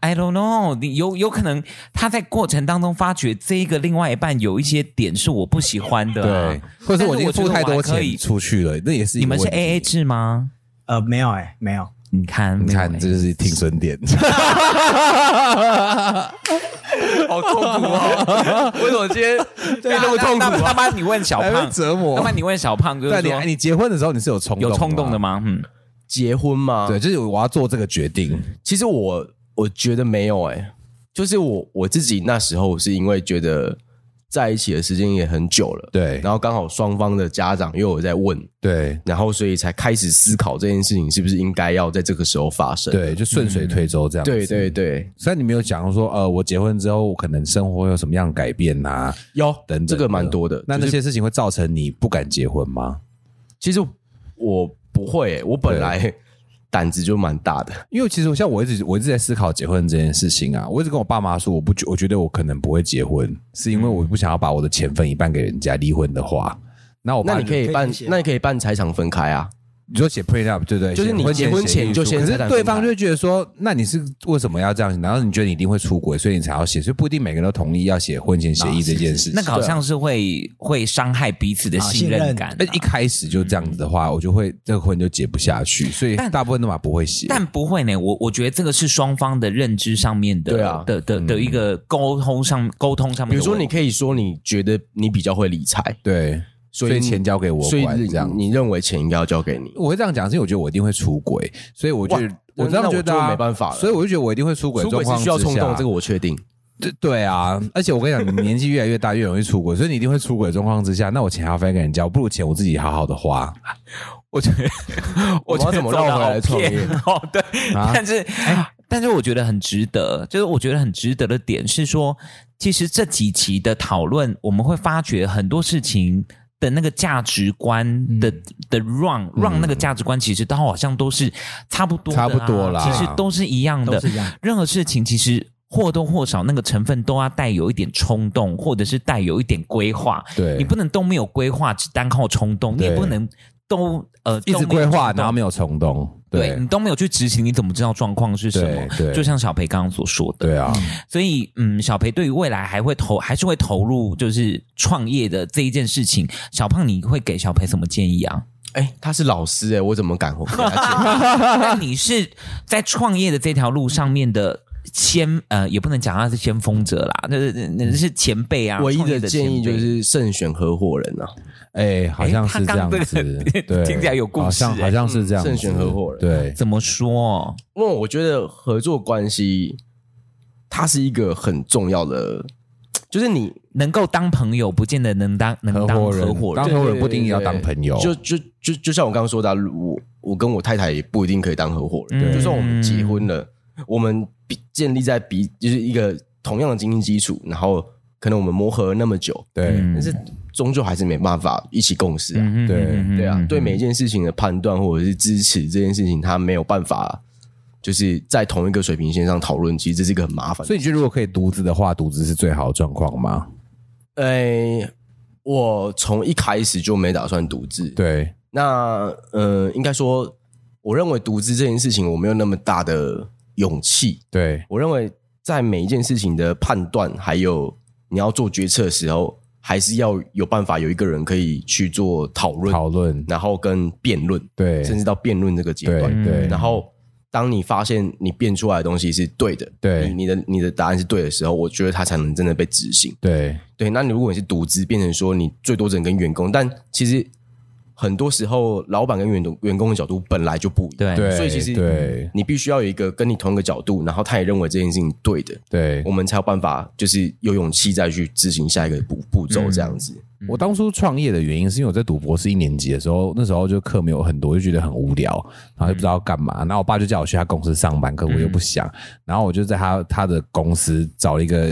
Speaker 2: I don't know，你有有可能他在过程当中发觉这一个另外一半有一些点是我不喜欢的啊、
Speaker 3: 对，或者是我已经付太多
Speaker 2: 但是我觉得我还可
Speaker 3: 钱
Speaker 2: 以
Speaker 3: 出去了，那也是一
Speaker 2: 你
Speaker 3: 个
Speaker 2: 们是
Speaker 3: 问题
Speaker 2: A A 制吗？
Speaker 4: 呃没有哎、没有。
Speaker 2: 你看，
Speaker 3: 你看
Speaker 2: 没有欸
Speaker 3: 这就是停损点。
Speaker 5: 好痛苦 哦！为什么今 天
Speaker 2: 对啊
Speaker 5: 那么痛苦
Speaker 2: 那
Speaker 5: 啊
Speaker 2: 那那你问小
Speaker 3: 还
Speaker 2: 胖
Speaker 3: 被折磨
Speaker 2: 那么你问小胖就
Speaker 3: 对，啊
Speaker 2: 是
Speaker 3: 哎你
Speaker 2: 说
Speaker 3: 你结婚的时候你是有冲
Speaker 2: 有冲动的
Speaker 3: 吗？
Speaker 2: 吗？嗯，
Speaker 5: 结婚吗？
Speaker 3: 对，，就是我要做这个决定。
Speaker 5: 其实我我觉得没有哎、就是我我自己那时候是因为觉得在一起的时间也很久了，
Speaker 3: 对
Speaker 5: 然后刚好双方的家长又有在问，
Speaker 3: 对
Speaker 5: 然后所以才开始思考这件事情是不是应该要在这个时候发生。
Speaker 3: 对，就顺水推舟这样子。
Speaker 5: 对对对，
Speaker 3: 虽然你没有讲说，呃，我结婚之后我可能生活有什么样的改变呐、啊，
Speaker 5: 有
Speaker 3: 等等的
Speaker 5: 这个蛮多的。
Speaker 3: 那
Speaker 5: 就
Speaker 3: 那
Speaker 5: 是
Speaker 3: 些事情会造成你不敢结婚吗？
Speaker 5: 其实我不会欸、我本来胆子就蛮大的。
Speaker 3: 因为其实像我一直我一直在思考结婚这件事情啊，我一直跟我爸妈说，我不觉我觉得我可能不会结婚，是因为
Speaker 5: 嗯
Speaker 3: 我不想要把我的钱分一半给人家。离婚的话，那我爸
Speaker 5: 那你可以
Speaker 4: 可以
Speaker 5: 办
Speaker 4: 理解，
Speaker 5: 那你可以办财产分开啊。
Speaker 3: 你说写 prenup 对不对？
Speaker 5: 就是你
Speaker 3: 写
Speaker 5: 结婚前
Speaker 3: 协议
Speaker 5: 就
Speaker 3: 书
Speaker 5: 先
Speaker 3: 可
Speaker 5: 财
Speaker 3: 是
Speaker 5: 产
Speaker 3: 对
Speaker 5: 分
Speaker 3: 方
Speaker 5: 开
Speaker 3: 就会觉得说，那你是为什么要这样？然后你觉得你一定会出轨，所以你才要写，所以不一定每个人都同意要写婚前协议这件事情。
Speaker 2: 那个好像是会会伤害彼此的信任感啊、
Speaker 3: 哎那一开始就这样子的话，我就会这个婚就结不下去，所以
Speaker 2: 但
Speaker 3: 大部分都嘛不会写。
Speaker 2: 但不会呢，我我觉得这个是双方的认知上面的，
Speaker 5: 对啊
Speaker 2: 的的的一个沟通上沟通上
Speaker 5: 比
Speaker 2: 面
Speaker 3: 嗯
Speaker 2: 的问题。
Speaker 5: 如 说，你可以说你觉得你比较会理财，
Speaker 3: 对，
Speaker 5: 所
Speaker 3: 所
Speaker 5: 以
Speaker 3: 以
Speaker 5: 你
Speaker 3: 钱交给我
Speaker 5: 所以
Speaker 3: 管
Speaker 5: 你
Speaker 3: 这样。
Speaker 5: 你认为钱应该要交给你。
Speaker 3: 我会这样讲，是因为我觉得我一定会出轨，所以我觉得
Speaker 5: 哇
Speaker 3: 我这
Speaker 5: 那
Speaker 3: 样
Speaker 5: 我
Speaker 3: 觉得啊
Speaker 5: 就没办法了
Speaker 3: 所以我就觉得我一定会出轨。
Speaker 5: 出轨是需要冲动，这个
Speaker 3: 我
Speaker 5: 我确定。
Speaker 3: 对对啊。而且我跟你讲，你年纪越来越大，越容易出轨，所以你一定会出轨的状况之下，那我钱还要分给人家，我不如钱我自己好好的花。
Speaker 2: 我觉 得，我觉
Speaker 5: 我们要怎
Speaker 2: 得
Speaker 5: 么绕回来
Speaker 2: 走
Speaker 5: 创
Speaker 2: 得好
Speaker 5: 业
Speaker 2: 偏哦，对，
Speaker 3: 啊
Speaker 2: 但是、哎但是我觉得很值得，就是我觉得很值得的点是说，其实这几期的讨论，我们会发觉很多事情。的那个价值观的、
Speaker 5: 嗯
Speaker 2: 的 run run 那个价值观，其实都好像都是差不多的啊、
Speaker 3: 差不多啦
Speaker 2: 其实都是一样的，
Speaker 4: 都是一样的
Speaker 2: 任何事情其实或多或少那个成分都要带有一点冲动，或者是带有一点规划。
Speaker 3: 对
Speaker 2: 你不能都没有规划，只单靠冲动，你也
Speaker 3: 对
Speaker 2: 不能都呃
Speaker 3: 一直规划，然后
Speaker 2: 后
Speaker 3: 没有冲动。
Speaker 2: 对
Speaker 3: 对
Speaker 2: 你都没有去执行，你怎么知道状况是什么？
Speaker 3: 对对
Speaker 2: 就像小培刚刚所说的，
Speaker 3: 对啊，
Speaker 2: 所以嗯，小培对于未来还会投，还是会投入就是创业的这一件事情。小胖，你会给小培什么建议啊？
Speaker 5: 哎，他是老师哎，我怎么 敢跟他讲？
Speaker 2: 那你是在创业的这条路上面的。先呃，也不能讲他是先锋者啦，那那那是前辈啊。
Speaker 5: 唯一
Speaker 2: 创业
Speaker 5: 的
Speaker 2: 的
Speaker 5: 建议
Speaker 2: 前
Speaker 5: 就
Speaker 2: 辈
Speaker 5: 是慎选合伙人啊，
Speaker 3: 哎，好像是这
Speaker 2: 哎
Speaker 3: 样
Speaker 2: 他
Speaker 3: 子
Speaker 2: 刚这个，
Speaker 3: 对，
Speaker 2: 听起来有故事
Speaker 3: 好像
Speaker 2: 哎
Speaker 3: 好像是这样子，
Speaker 5: 慎选合伙人
Speaker 3: 对，
Speaker 2: 怎么说？
Speaker 5: 因为我觉得合作关系它是一个很重要的，就是你
Speaker 2: 能够当朋友，不见得能当能
Speaker 3: 合
Speaker 2: 当
Speaker 3: 伙人
Speaker 2: 合伙人
Speaker 3: 当。合伙人不一定要当朋友，
Speaker 5: 就就就就像我刚刚说的啊，我我跟我太太也不一定可以当合伙人，
Speaker 2: 对
Speaker 5: 就算我们结婚了，我们比建立在比就是一个同样的经济基础，然后可能我们磨合了那么久，
Speaker 3: 对
Speaker 2: 嗯
Speaker 5: 但是终究还是没办法一起共事啊。
Speaker 2: 嗯哼
Speaker 3: 对
Speaker 2: 嗯哼
Speaker 5: 对啊
Speaker 2: 嗯，哼
Speaker 5: 对每一件事情的判断或者是支持这件事情，他没有办法，就是在同一个水平线上讨论，其实这是一个很麻烦。
Speaker 3: 所以你觉得如果可以独资的话，独资是最好的状况吗？
Speaker 5: 呃，我从一开始就没打算独自。，
Speaker 3: 对，
Speaker 5: 那呃，应该说我认为独资这件事情，我没有那么大的勇气。
Speaker 3: 对，
Speaker 5: 我认为在每一件事情的判断，还有你要做决策的时候，还是要有办法有一个人可以去做讨论，
Speaker 3: 讨论，
Speaker 5: 然后跟辩论，
Speaker 3: 对
Speaker 5: 甚至到辩论这个阶
Speaker 3: 对
Speaker 5: 段。
Speaker 3: 对
Speaker 5: 然后，当你发现你辩出来的东西是对的，
Speaker 3: 对
Speaker 5: 你你的你的答案是对的时候，我觉得它才能真的被执行。
Speaker 3: 对
Speaker 5: 对，那你如果你是独资，变成说你最多只能跟员工，但其实很多时候老板跟员工员工的角度本来就不一样，
Speaker 2: 对
Speaker 3: 对
Speaker 5: 所以其实
Speaker 3: 对
Speaker 5: 你必须要有一个跟你同一个角度，然后他也认为这件事情对的，
Speaker 3: 对
Speaker 5: 我。们才有办法就是有勇气再去执行下一个步步
Speaker 3: 嗯
Speaker 5: 骤这样子。
Speaker 3: 我当初创业的原因是因为我在读博士一年级的时候，那时候就课没有很多，就觉得很无聊，然后就不知道干嘛。然后我爸就叫我去他公司上班，可我又不想。
Speaker 5: 嗯
Speaker 3: 然后我就在他他的公司找了一个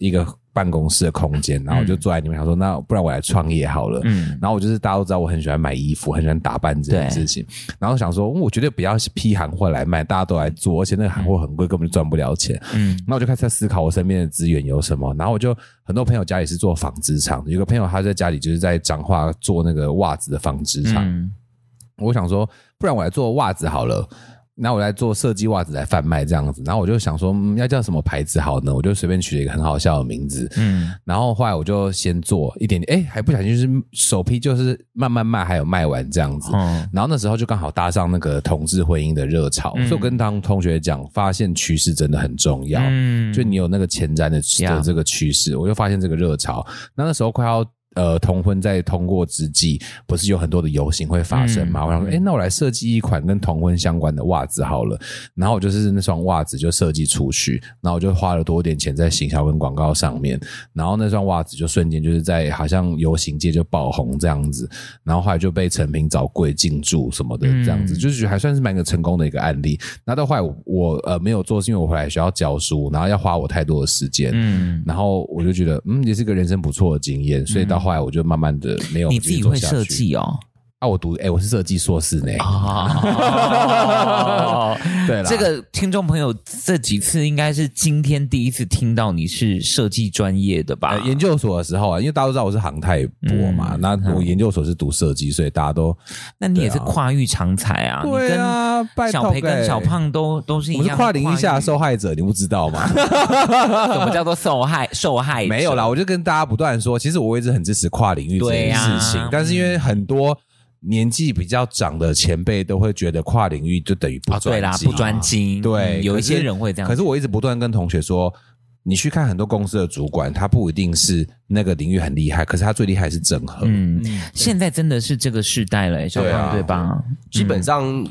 Speaker 3: 一个办公室的空间，然
Speaker 5: 嗯
Speaker 3: 后我就坐在里面，想说那不然我来创业好了。
Speaker 2: 嗯，
Speaker 3: 然后我就是大家都知道我很喜欢买衣服，很喜欢打扮这件事情。然后想说，嗯我绝对不要批行货来卖，大家都来做，而且那个行货很贵，根本就赚不了钱。
Speaker 2: 嗯
Speaker 3: 嗯，那我就开始在思考我身边的资源有什么。然后我就很多朋友家里是做纺织厂的，有个朋友他在家里就是在彰化做那个袜子的纺织厂。
Speaker 2: 嗯
Speaker 3: 我想说，不然我来做袜子好了。那我来做设计袜子来贩卖这样子，然后我就想说，嗯，要叫什么牌子好呢？我就随便取了一个很好笑的名字，
Speaker 2: 嗯
Speaker 3: 然后后来我就先做一点点，哎，还不小心就是首批就是慢慢卖，还有卖完这样子。
Speaker 2: 哦
Speaker 3: 然后那时候就刚好搭上那个同志婚姻的热潮，
Speaker 2: 嗯
Speaker 3: 所以我跟当同学讲，发现趋势真的很重要。
Speaker 2: 嗯
Speaker 3: 就你有那个前瞻的
Speaker 2: 呀
Speaker 3: 的这个趋势，我就发现这个热潮。那那时候快要呃同婚在通过之际，不是有很多的游行会发生嘛？
Speaker 2: 嗯
Speaker 3: 我想说，哎、那我来设计一款跟同婚相关的袜子好了。然后我就是那双袜子就设计出去，然后我就花了多点钱在行销跟广告上面，然后那双袜子就瞬间就是在好像游行界就爆红这样子，然后后来就被陈平找贵进驻什么的这样子，
Speaker 2: 嗯
Speaker 3: 就是觉得还算是蛮个成功的一个案例。那到后来我我呃没有做，是因为我回来学校教书，然后要花我太多的时间，
Speaker 2: 嗯，
Speaker 3: 然后我就觉得嗯也是个人生不错的经验，所以到后来我就慢慢的没有
Speaker 2: 你自己
Speaker 3: 继续做
Speaker 2: 会
Speaker 3: 下
Speaker 2: 设
Speaker 3: 去
Speaker 2: 计哦。
Speaker 3: 啊，我读哎、我是设计 硕士呢，
Speaker 6: 啊
Speaker 2: 哦
Speaker 3: 对啦，
Speaker 2: 这个听众朋友这几次应该是今天第一次听到你是设计专业的吧
Speaker 3: 呃？研究所的时候啊，因为大家都知道我是航太博嘛，
Speaker 2: 嗯
Speaker 3: 那我研究所是读设计，所以大家都
Speaker 2: 那你也是
Speaker 3: 对啊
Speaker 2: 跨域长才啊！
Speaker 3: 对啊
Speaker 2: 你跟
Speaker 3: 拜托
Speaker 2: 小培跟
Speaker 3: 欸
Speaker 2: 小胖都都是一
Speaker 3: 我
Speaker 2: 样
Speaker 3: 是
Speaker 2: 的
Speaker 3: 跨领域下的受
Speaker 2: 域，
Speaker 3: 害者，你不知道吗？
Speaker 2: 什么叫做受害受害者？
Speaker 3: 没有啦，我就跟大家不断说，其实我一直很支持跨领域这
Speaker 2: 对
Speaker 3: 件
Speaker 2: 呀
Speaker 3: 事情，
Speaker 2: 嗯
Speaker 3: 但是因为很多年纪比较长的前辈都会觉得跨领域就等于不
Speaker 2: 啊，对
Speaker 3: 专
Speaker 2: 啦，
Speaker 3: 精
Speaker 2: 不专精，
Speaker 3: 对，
Speaker 2: 嗯有一些
Speaker 3: 可是
Speaker 2: 人会这样，
Speaker 3: 可是我一直不断跟同学说，你去看很多公司的主管，他不一定是那个领域很厉害，可是他最厉害是整合。
Speaker 2: 嗯，现在真的是这个时代了，欸小
Speaker 3: 对啊嗯
Speaker 2: 胖对吧？
Speaker 5: 基本上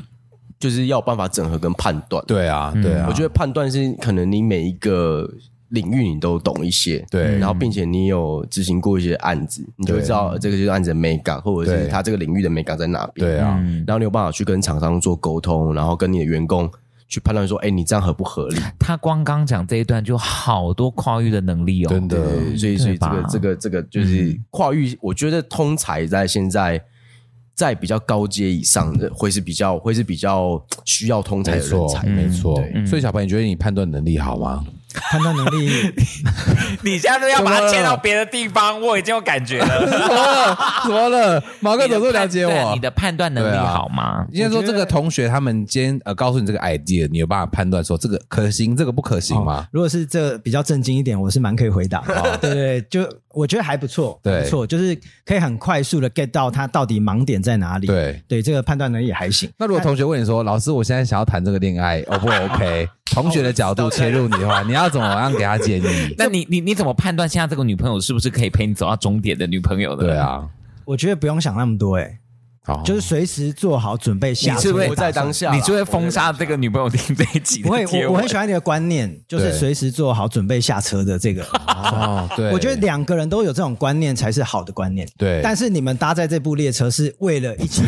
Speaker 5: 就是要有办法整合跟判断。
Speaker 3: 对啊，对啊，
Speaker 5: 我觉得判断是可能你每一个领域你都懂一些，
Speaker 3: 对
Speaker 5: 然后并且你有执行过一些案子，你就会知道呃这个就是案子的美感，或者是
Speaker 3: 对
Speaker 5: 它这个领域的美感在哪边。
Speaker 3: 对啊，
Speaker 2: 嗯，
Speaker 5: 然后你有办法去跟厂商做沟通，然后跟你的员工去判断说，哎，你这样合不合理？
Speaker 2: 他光刚讲这一段就好多跨域的能力哦，
Speaker 3: 真的
Speaker 5: 对，所以所以这
Speaker 2: 对吧
Speaker 5: 个这个这个就是跨域，我觉得通才在现在。在比较高阶以上的，会是比较会是比较需要通才
Speaker 3: 没
Speaker 5: 的人
Speaker 3: 错，
Speaker 5: 才。
Speaker 3: 没错
Speaker 5: 对。
Speaker 3: 所以小朋友，你觉得你判断能力好吗？
Speaker 4: 判断能力，
Speaker 2: 你现在都要
Speaker 3: 把它切到
Speaker 2: 别的地方，我已经有感觉 了。
Speaker 3: 怎么了？怎么了？毛哥怎么这么了解我
Speaker 2: 啊
Speaker 3: 啊
Speaker 2: 你？的判断能力好吗？
Speaker 3: 应该说，这个同学他们今天呃告诉你这个 idea，你有办法判断说这个可行，这个不可行吗？
Speaker 4: 哦
Speaker 3: 哦
Speaker 4: 如果是这比较震惊一点，我是蛮可以回答的。对对，对就我觉得还不错，
Speaker 3: 对
Speaker 4: 还不错，就是可以很快速的 get 到他到底盲点在哪里。
Speaker 3: 对
Speaker 4: 对，这个判断能力也还行。
Speaker 3: 那如果同学问你说，老师，我现在想要谈这个恋爱，O 不 OK？同学的角度切入你的话，你要怎么样给他建议？
Speaker 2: 那你你你怎么判断现在这个女朋友是不是可以陪你走到终点的女朋友呢？
Speaker 3: 对，啊，
Speaker 4: 我觉得不用想那么多，哎，
Speaker 3: 好，
Speaker 4: 就是随时做好准备下
Speaker 5: 你是
Speaker 4: 手
Speaker 5: 不
Speaker 4: 的
Speaker 5: 是
Speaker 4: 打算。
Speaker 5: 活在当
Speaker 3: 啊
Speaker 5: 下啦？
Speaker 2: 你就会封杀这个女朋友听这一 集的
Speaker 4: 不会，
Speaker 2: 贴
Speaker 4: 我
Speaker 2: 文
Speaker 4: 我很喜欢你的观念，就是
Speaker 3: 对
Speaker 4: 随时做好准备下车的这个。
Speaker 3: 哦， 对，
Speaker 4: 我觉得两个人都有这种观念才是好的观念。
Speaker 3: 对
Speaker 4: 但是你们搭在这部列车是为了 一起。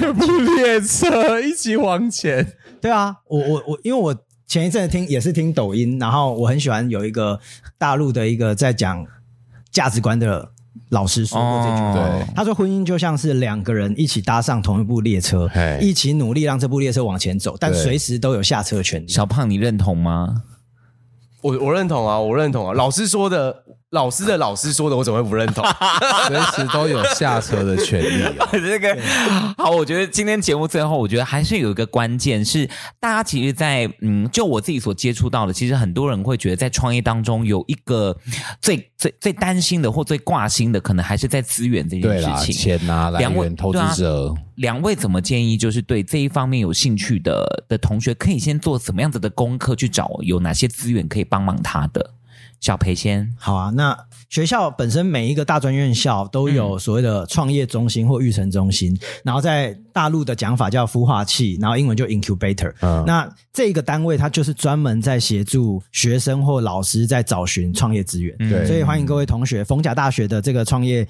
Speaker 3: 列车一起往前，
Speaker 4: 对啊，我我我，因为我前一阵子听也是听抖音，然后我很喜欢有一个大陆的一个在讲价值观的老师说过这句话。
Speaker 2: 哦
Speaker 3: 对
Speaker 4: 他说：“婚姻就像是两个人一起搭上同一部列车
Speaker 3: 嘿，
Speaker 4: 一起努力让这部列车往前走，但
Speaker 3: 对
Speaker 4: 随时都有下车的权利。
Speaker 2: 小胖，你认同吗？
Speaker 5: 我我认同啊，我认同啊。老师说的，老师的老师说的，我怎么会不认同？
Speaker 3: 随时都有下车的权利哦。
Speaker 2: 这个好，我觉得今天节目最后，我觉得还是有一个关键是，大家其实在，嗯，就我自己所接触到的，其实很多人会觉得在创业当中有一个最最最担心的或最挂心的，可能还是在资源这件
Speaker 3: 对
Speaker 2: 事
Speaker 3: 啦，
Speaker 2: 情。
Speaker 3: 钱啊，来
Speaker 2: 两位
Speaker 3: 源投资者，
Speaker 2: 两位怎么建议，就是对这一方面有兴趣的的同学，可以先做怎么样子的功课，去找有哪些资源可以帮忙他的？小裴先，
Speaker 4: 好啊，那学校本身每一个大专院校都
Speaker 2: 嗯
Speaker 4: 有所谓的创业中心或育成中心，然后在大陆的讲法叫孵化器，然后英文就 incubator。
Speaker 3: 嗯
Speaker 4: 那这个单位它就是专门在协助学生或老师在找寻创业资源，
Speaker 2: 嗯
Speaker 3: 对
Speaker 4: 所以欢迎各位同学，逢甲大学的这个创业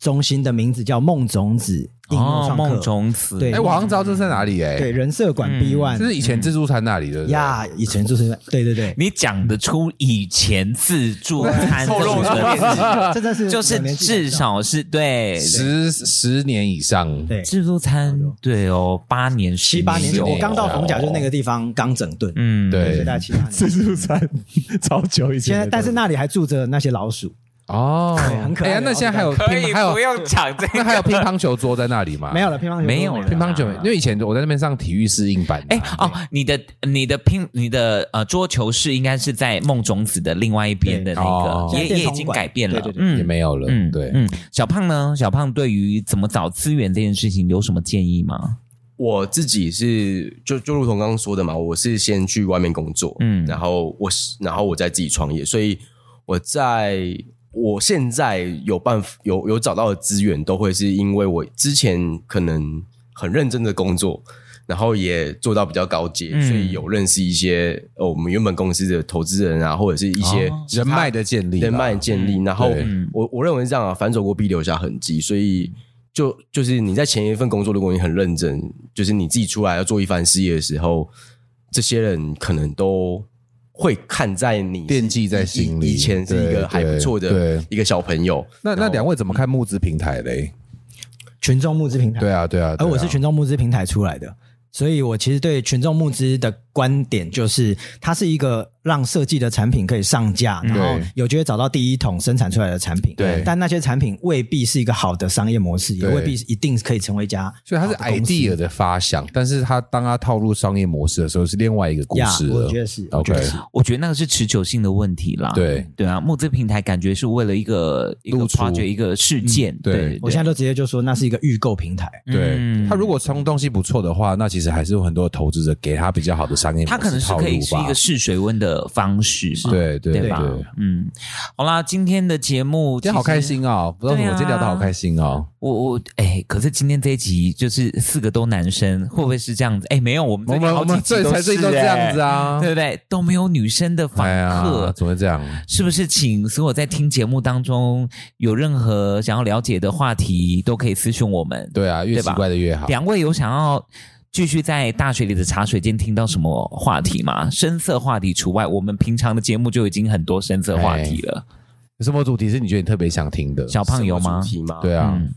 Speaker 4: 中心的名字叫梦种子应用
Speaker 2: 哦，
Speaker 4: 创
Speaker 2: 孟
Speaker 4: 客，
Speaker 2: 种子，
Speaker 4: 对
Speaker 3: 哎，我好像知道这是在哪里哎，
Speaker 4: 对，人社馆
Speaker 2: 嗯
Speaker 4: B One
Speaker 3: 这是以前自助餐那里的
Speaker 4: 呀，以前就是对 对对，
Speaker 2: 你讲得出以前自助餐
Speaker 5: 透 露出
Speaker 2: 这种
Speaker 4: 这 真是
Speaker 2: 就是
Speaker 4: 我年纪
Speaker 2: 至
Speaker 4: 很大
Speaker 2: 少是对
Speaker 3: 十十年以上，
Speaker 4: 对
Speaker 2: 自助餐，对哦，八年
Speaker 4: 七八年
Speaker 2: 十
Speaker 4: 前，我刚到
Speaker 3: 哦
Speaker 4: 逢甲就是那个地方刚整顿，
Speaker 2: 嗯，
Speaker 3: 对
Speaker 4: 对，大概七八年前。
Speaker 3: 助 餐超久以
Speaker 4: 现在，但是那里还住着那些老鼠，
Speaker 3: 哦，
Speaker 4: 很可爱
Speaker 3: 哎呀那现在还有
Speaker 2: 可以
Speaker 3: 乒还有
Speaker 2: 不用讲这
Speaker 3: 那
Speaker 2: 个。
Speaker 3: 还有乒乓球桌在那里吗？
Speaker 4: 没有了啊乒乓球，
Speaker 2: 没有了
Speaker 3: 乒乓球，因为以前我在那边上体育是硬板的
Speaker 2: 哎
Speaker 3: 啊，
Speaker 2: 哦，你的你的拼你的呃桌球室应该是在梦种子的另外一边的那
Speaker 3: 哦
Speaker 2: 个，也也
Speaker 4: 现在变
Speaker 2: 已
Speaker 4: 场
Speaker 2: 经
Speaker 4: 馆
Speaker 2: 改变了
Speaker 4: 对，对
Speaker 3: 也
Speaker 2: 嗯
Speaker 3: 没有了，
Speaker 2: 嗯
Speaker 3: 对，
Speaker 2: 嗯，小胖呢？小胖对于怎么找资源这件事情有什么建议吗？
Speaker 5: 我自己是就就如同刚刚说的嘛，我是先去外面工作，
Speaker 2: 嗯
Speaker 5: 嗯，然后我是然后我再自己创业，所以我在我现在有办法有有找到的资源，都会是因为我之前可能很认真的工作。然后也做到比较高阶，
Speaker 2: 嗯
Speaker 5: 所以有认识一些呃我们原本公司的投资人啊，或者是一些
Speaker 2: 哦
Speaker 3: 人脉的建立啦，
Speaker 5: 人脉建立。然后
Speaker 3: 嗯对
Speaker 5: 我我认为是这样啊，反走过必留下痕迹，所以就就是你在前一份工作，如果你很认真，就是你自己出来要做一番事业的时候，这些人可能都。会看在你
Speaker 3: 惦记在心里
Speaker 5: 以以前是一
Speaker 3: 对
Speaker 5: 个还不错
Speaker 3: 对
Speaker 5: 的
Speaker 3: 对
Speaker 5: 一个小朋友，
Speaker 3: 那那两位怎么看募资平台嘞？
Speaker 4: 群众募资平台，
Speaker 3: 对啊，对啊，对啊
Speaker 4: 而哦哎我是群众募资平台出来的，所以我其实对群众募资的观点就是，它是一个让设计的产品可以上架，然后有机会找到第一桶生产出来的产品。
Speaker 3: 嗯对
Speaker 4: 但那些产品未必是一个好的商业模式，也
Speaker 3: 对
Speaker 4: 未必一定可以成为一家。
Speaker 3: 所以它是
Speaker 4: 好的公司
Speaker 3: idea 的发想，但是它当它套入商业模式的时候，是另外一个故事
Speaker 4: 呀
Speaker 3: 了。
Speaker 4: 哦我觉得是我
Speaker 3: OK，
Speaker 4: 觉得是
Speaker 2: 我觉得那个是持久性的问题啦。
Speaker 3: 对
Speaker 2: 对啊，募资平台感觉是为了一个一个
Speaker 3: 露出嗯
Speaker 2: project 一个事件。
Speaker 3: 对
Speaker 2: 对，
Speaker 4: 我现
Speaker 2: 在
Speaker 4: 在都直接就说那是一个预购平台。
Speaker 3: 对
Speaker 2: 嗯
Speaker 3: 它如果从东西不错的话，那其实还是有很多的投资者给他比较好的商业模式
Speaker 2: 它可能是
Speaker 3: 套
Speaker 2: 可以
Speaker 3: 路
Speaker 2: 是一
Speaker 3: 吧
Speaker 2: 个。试水温的方式嘛。
Speaker 3: 对对
Speaker 2: 对
Speaker 3: 对，
Speaker 2: 吧
Speaker 3: 今
Speaker 2: 嗯，好啦，今天的节目
Speaker 3: 天好开
Speaker 2: 其实
Speaker 3: 心哦！不知道为什么，
Speaker 2: 对啊
Speaker 3: 今天聊得好开心哦。
Speaker 2: 我我哎，可是今天这一集就是四个都男生，会不会是这样子？哎，没有，我们
Speaker 3: 我
Speaker 2: 最近
Speaker 3: 们
Speaker 2: 好
Speaker 3: 我
Speaker 2: 几
Speaker 3: 们
Speaker 2: 集
Speaker 3: 最才最
Speaker 2: 是
Speaker 3: 近都这样子
Speaker 2: 哎
Speaker 3: 啊
Speaker 2: 对，不对？都没有女生的访
Speaker 3: 哎呀
Speaker 2: 客，，
Speaker 3: 怎么会这样？
Speaker 2: 是不是？请所有在听节目当中有任何想要了解的话题，都可以私讯我们。
Speaker 3: 对啊，越
Speaker 2: 对吧
Speaker 3: 奇怪的越好。
Speaker 2: 两位有想要继续在大学里的茶水间听到什么话题吗？深色话题除外，我们平常的节目就已经很多深色话题了。
Speaker 3: 哎有什么主题是你觉得你特别想听的？
Speaker 2: 小胖有
Speaker 5: 什
Speaker 2: 吗
Speaker 5: 么主？题吗？
Speaker 3: 对啊，
Speaker 2: 嗯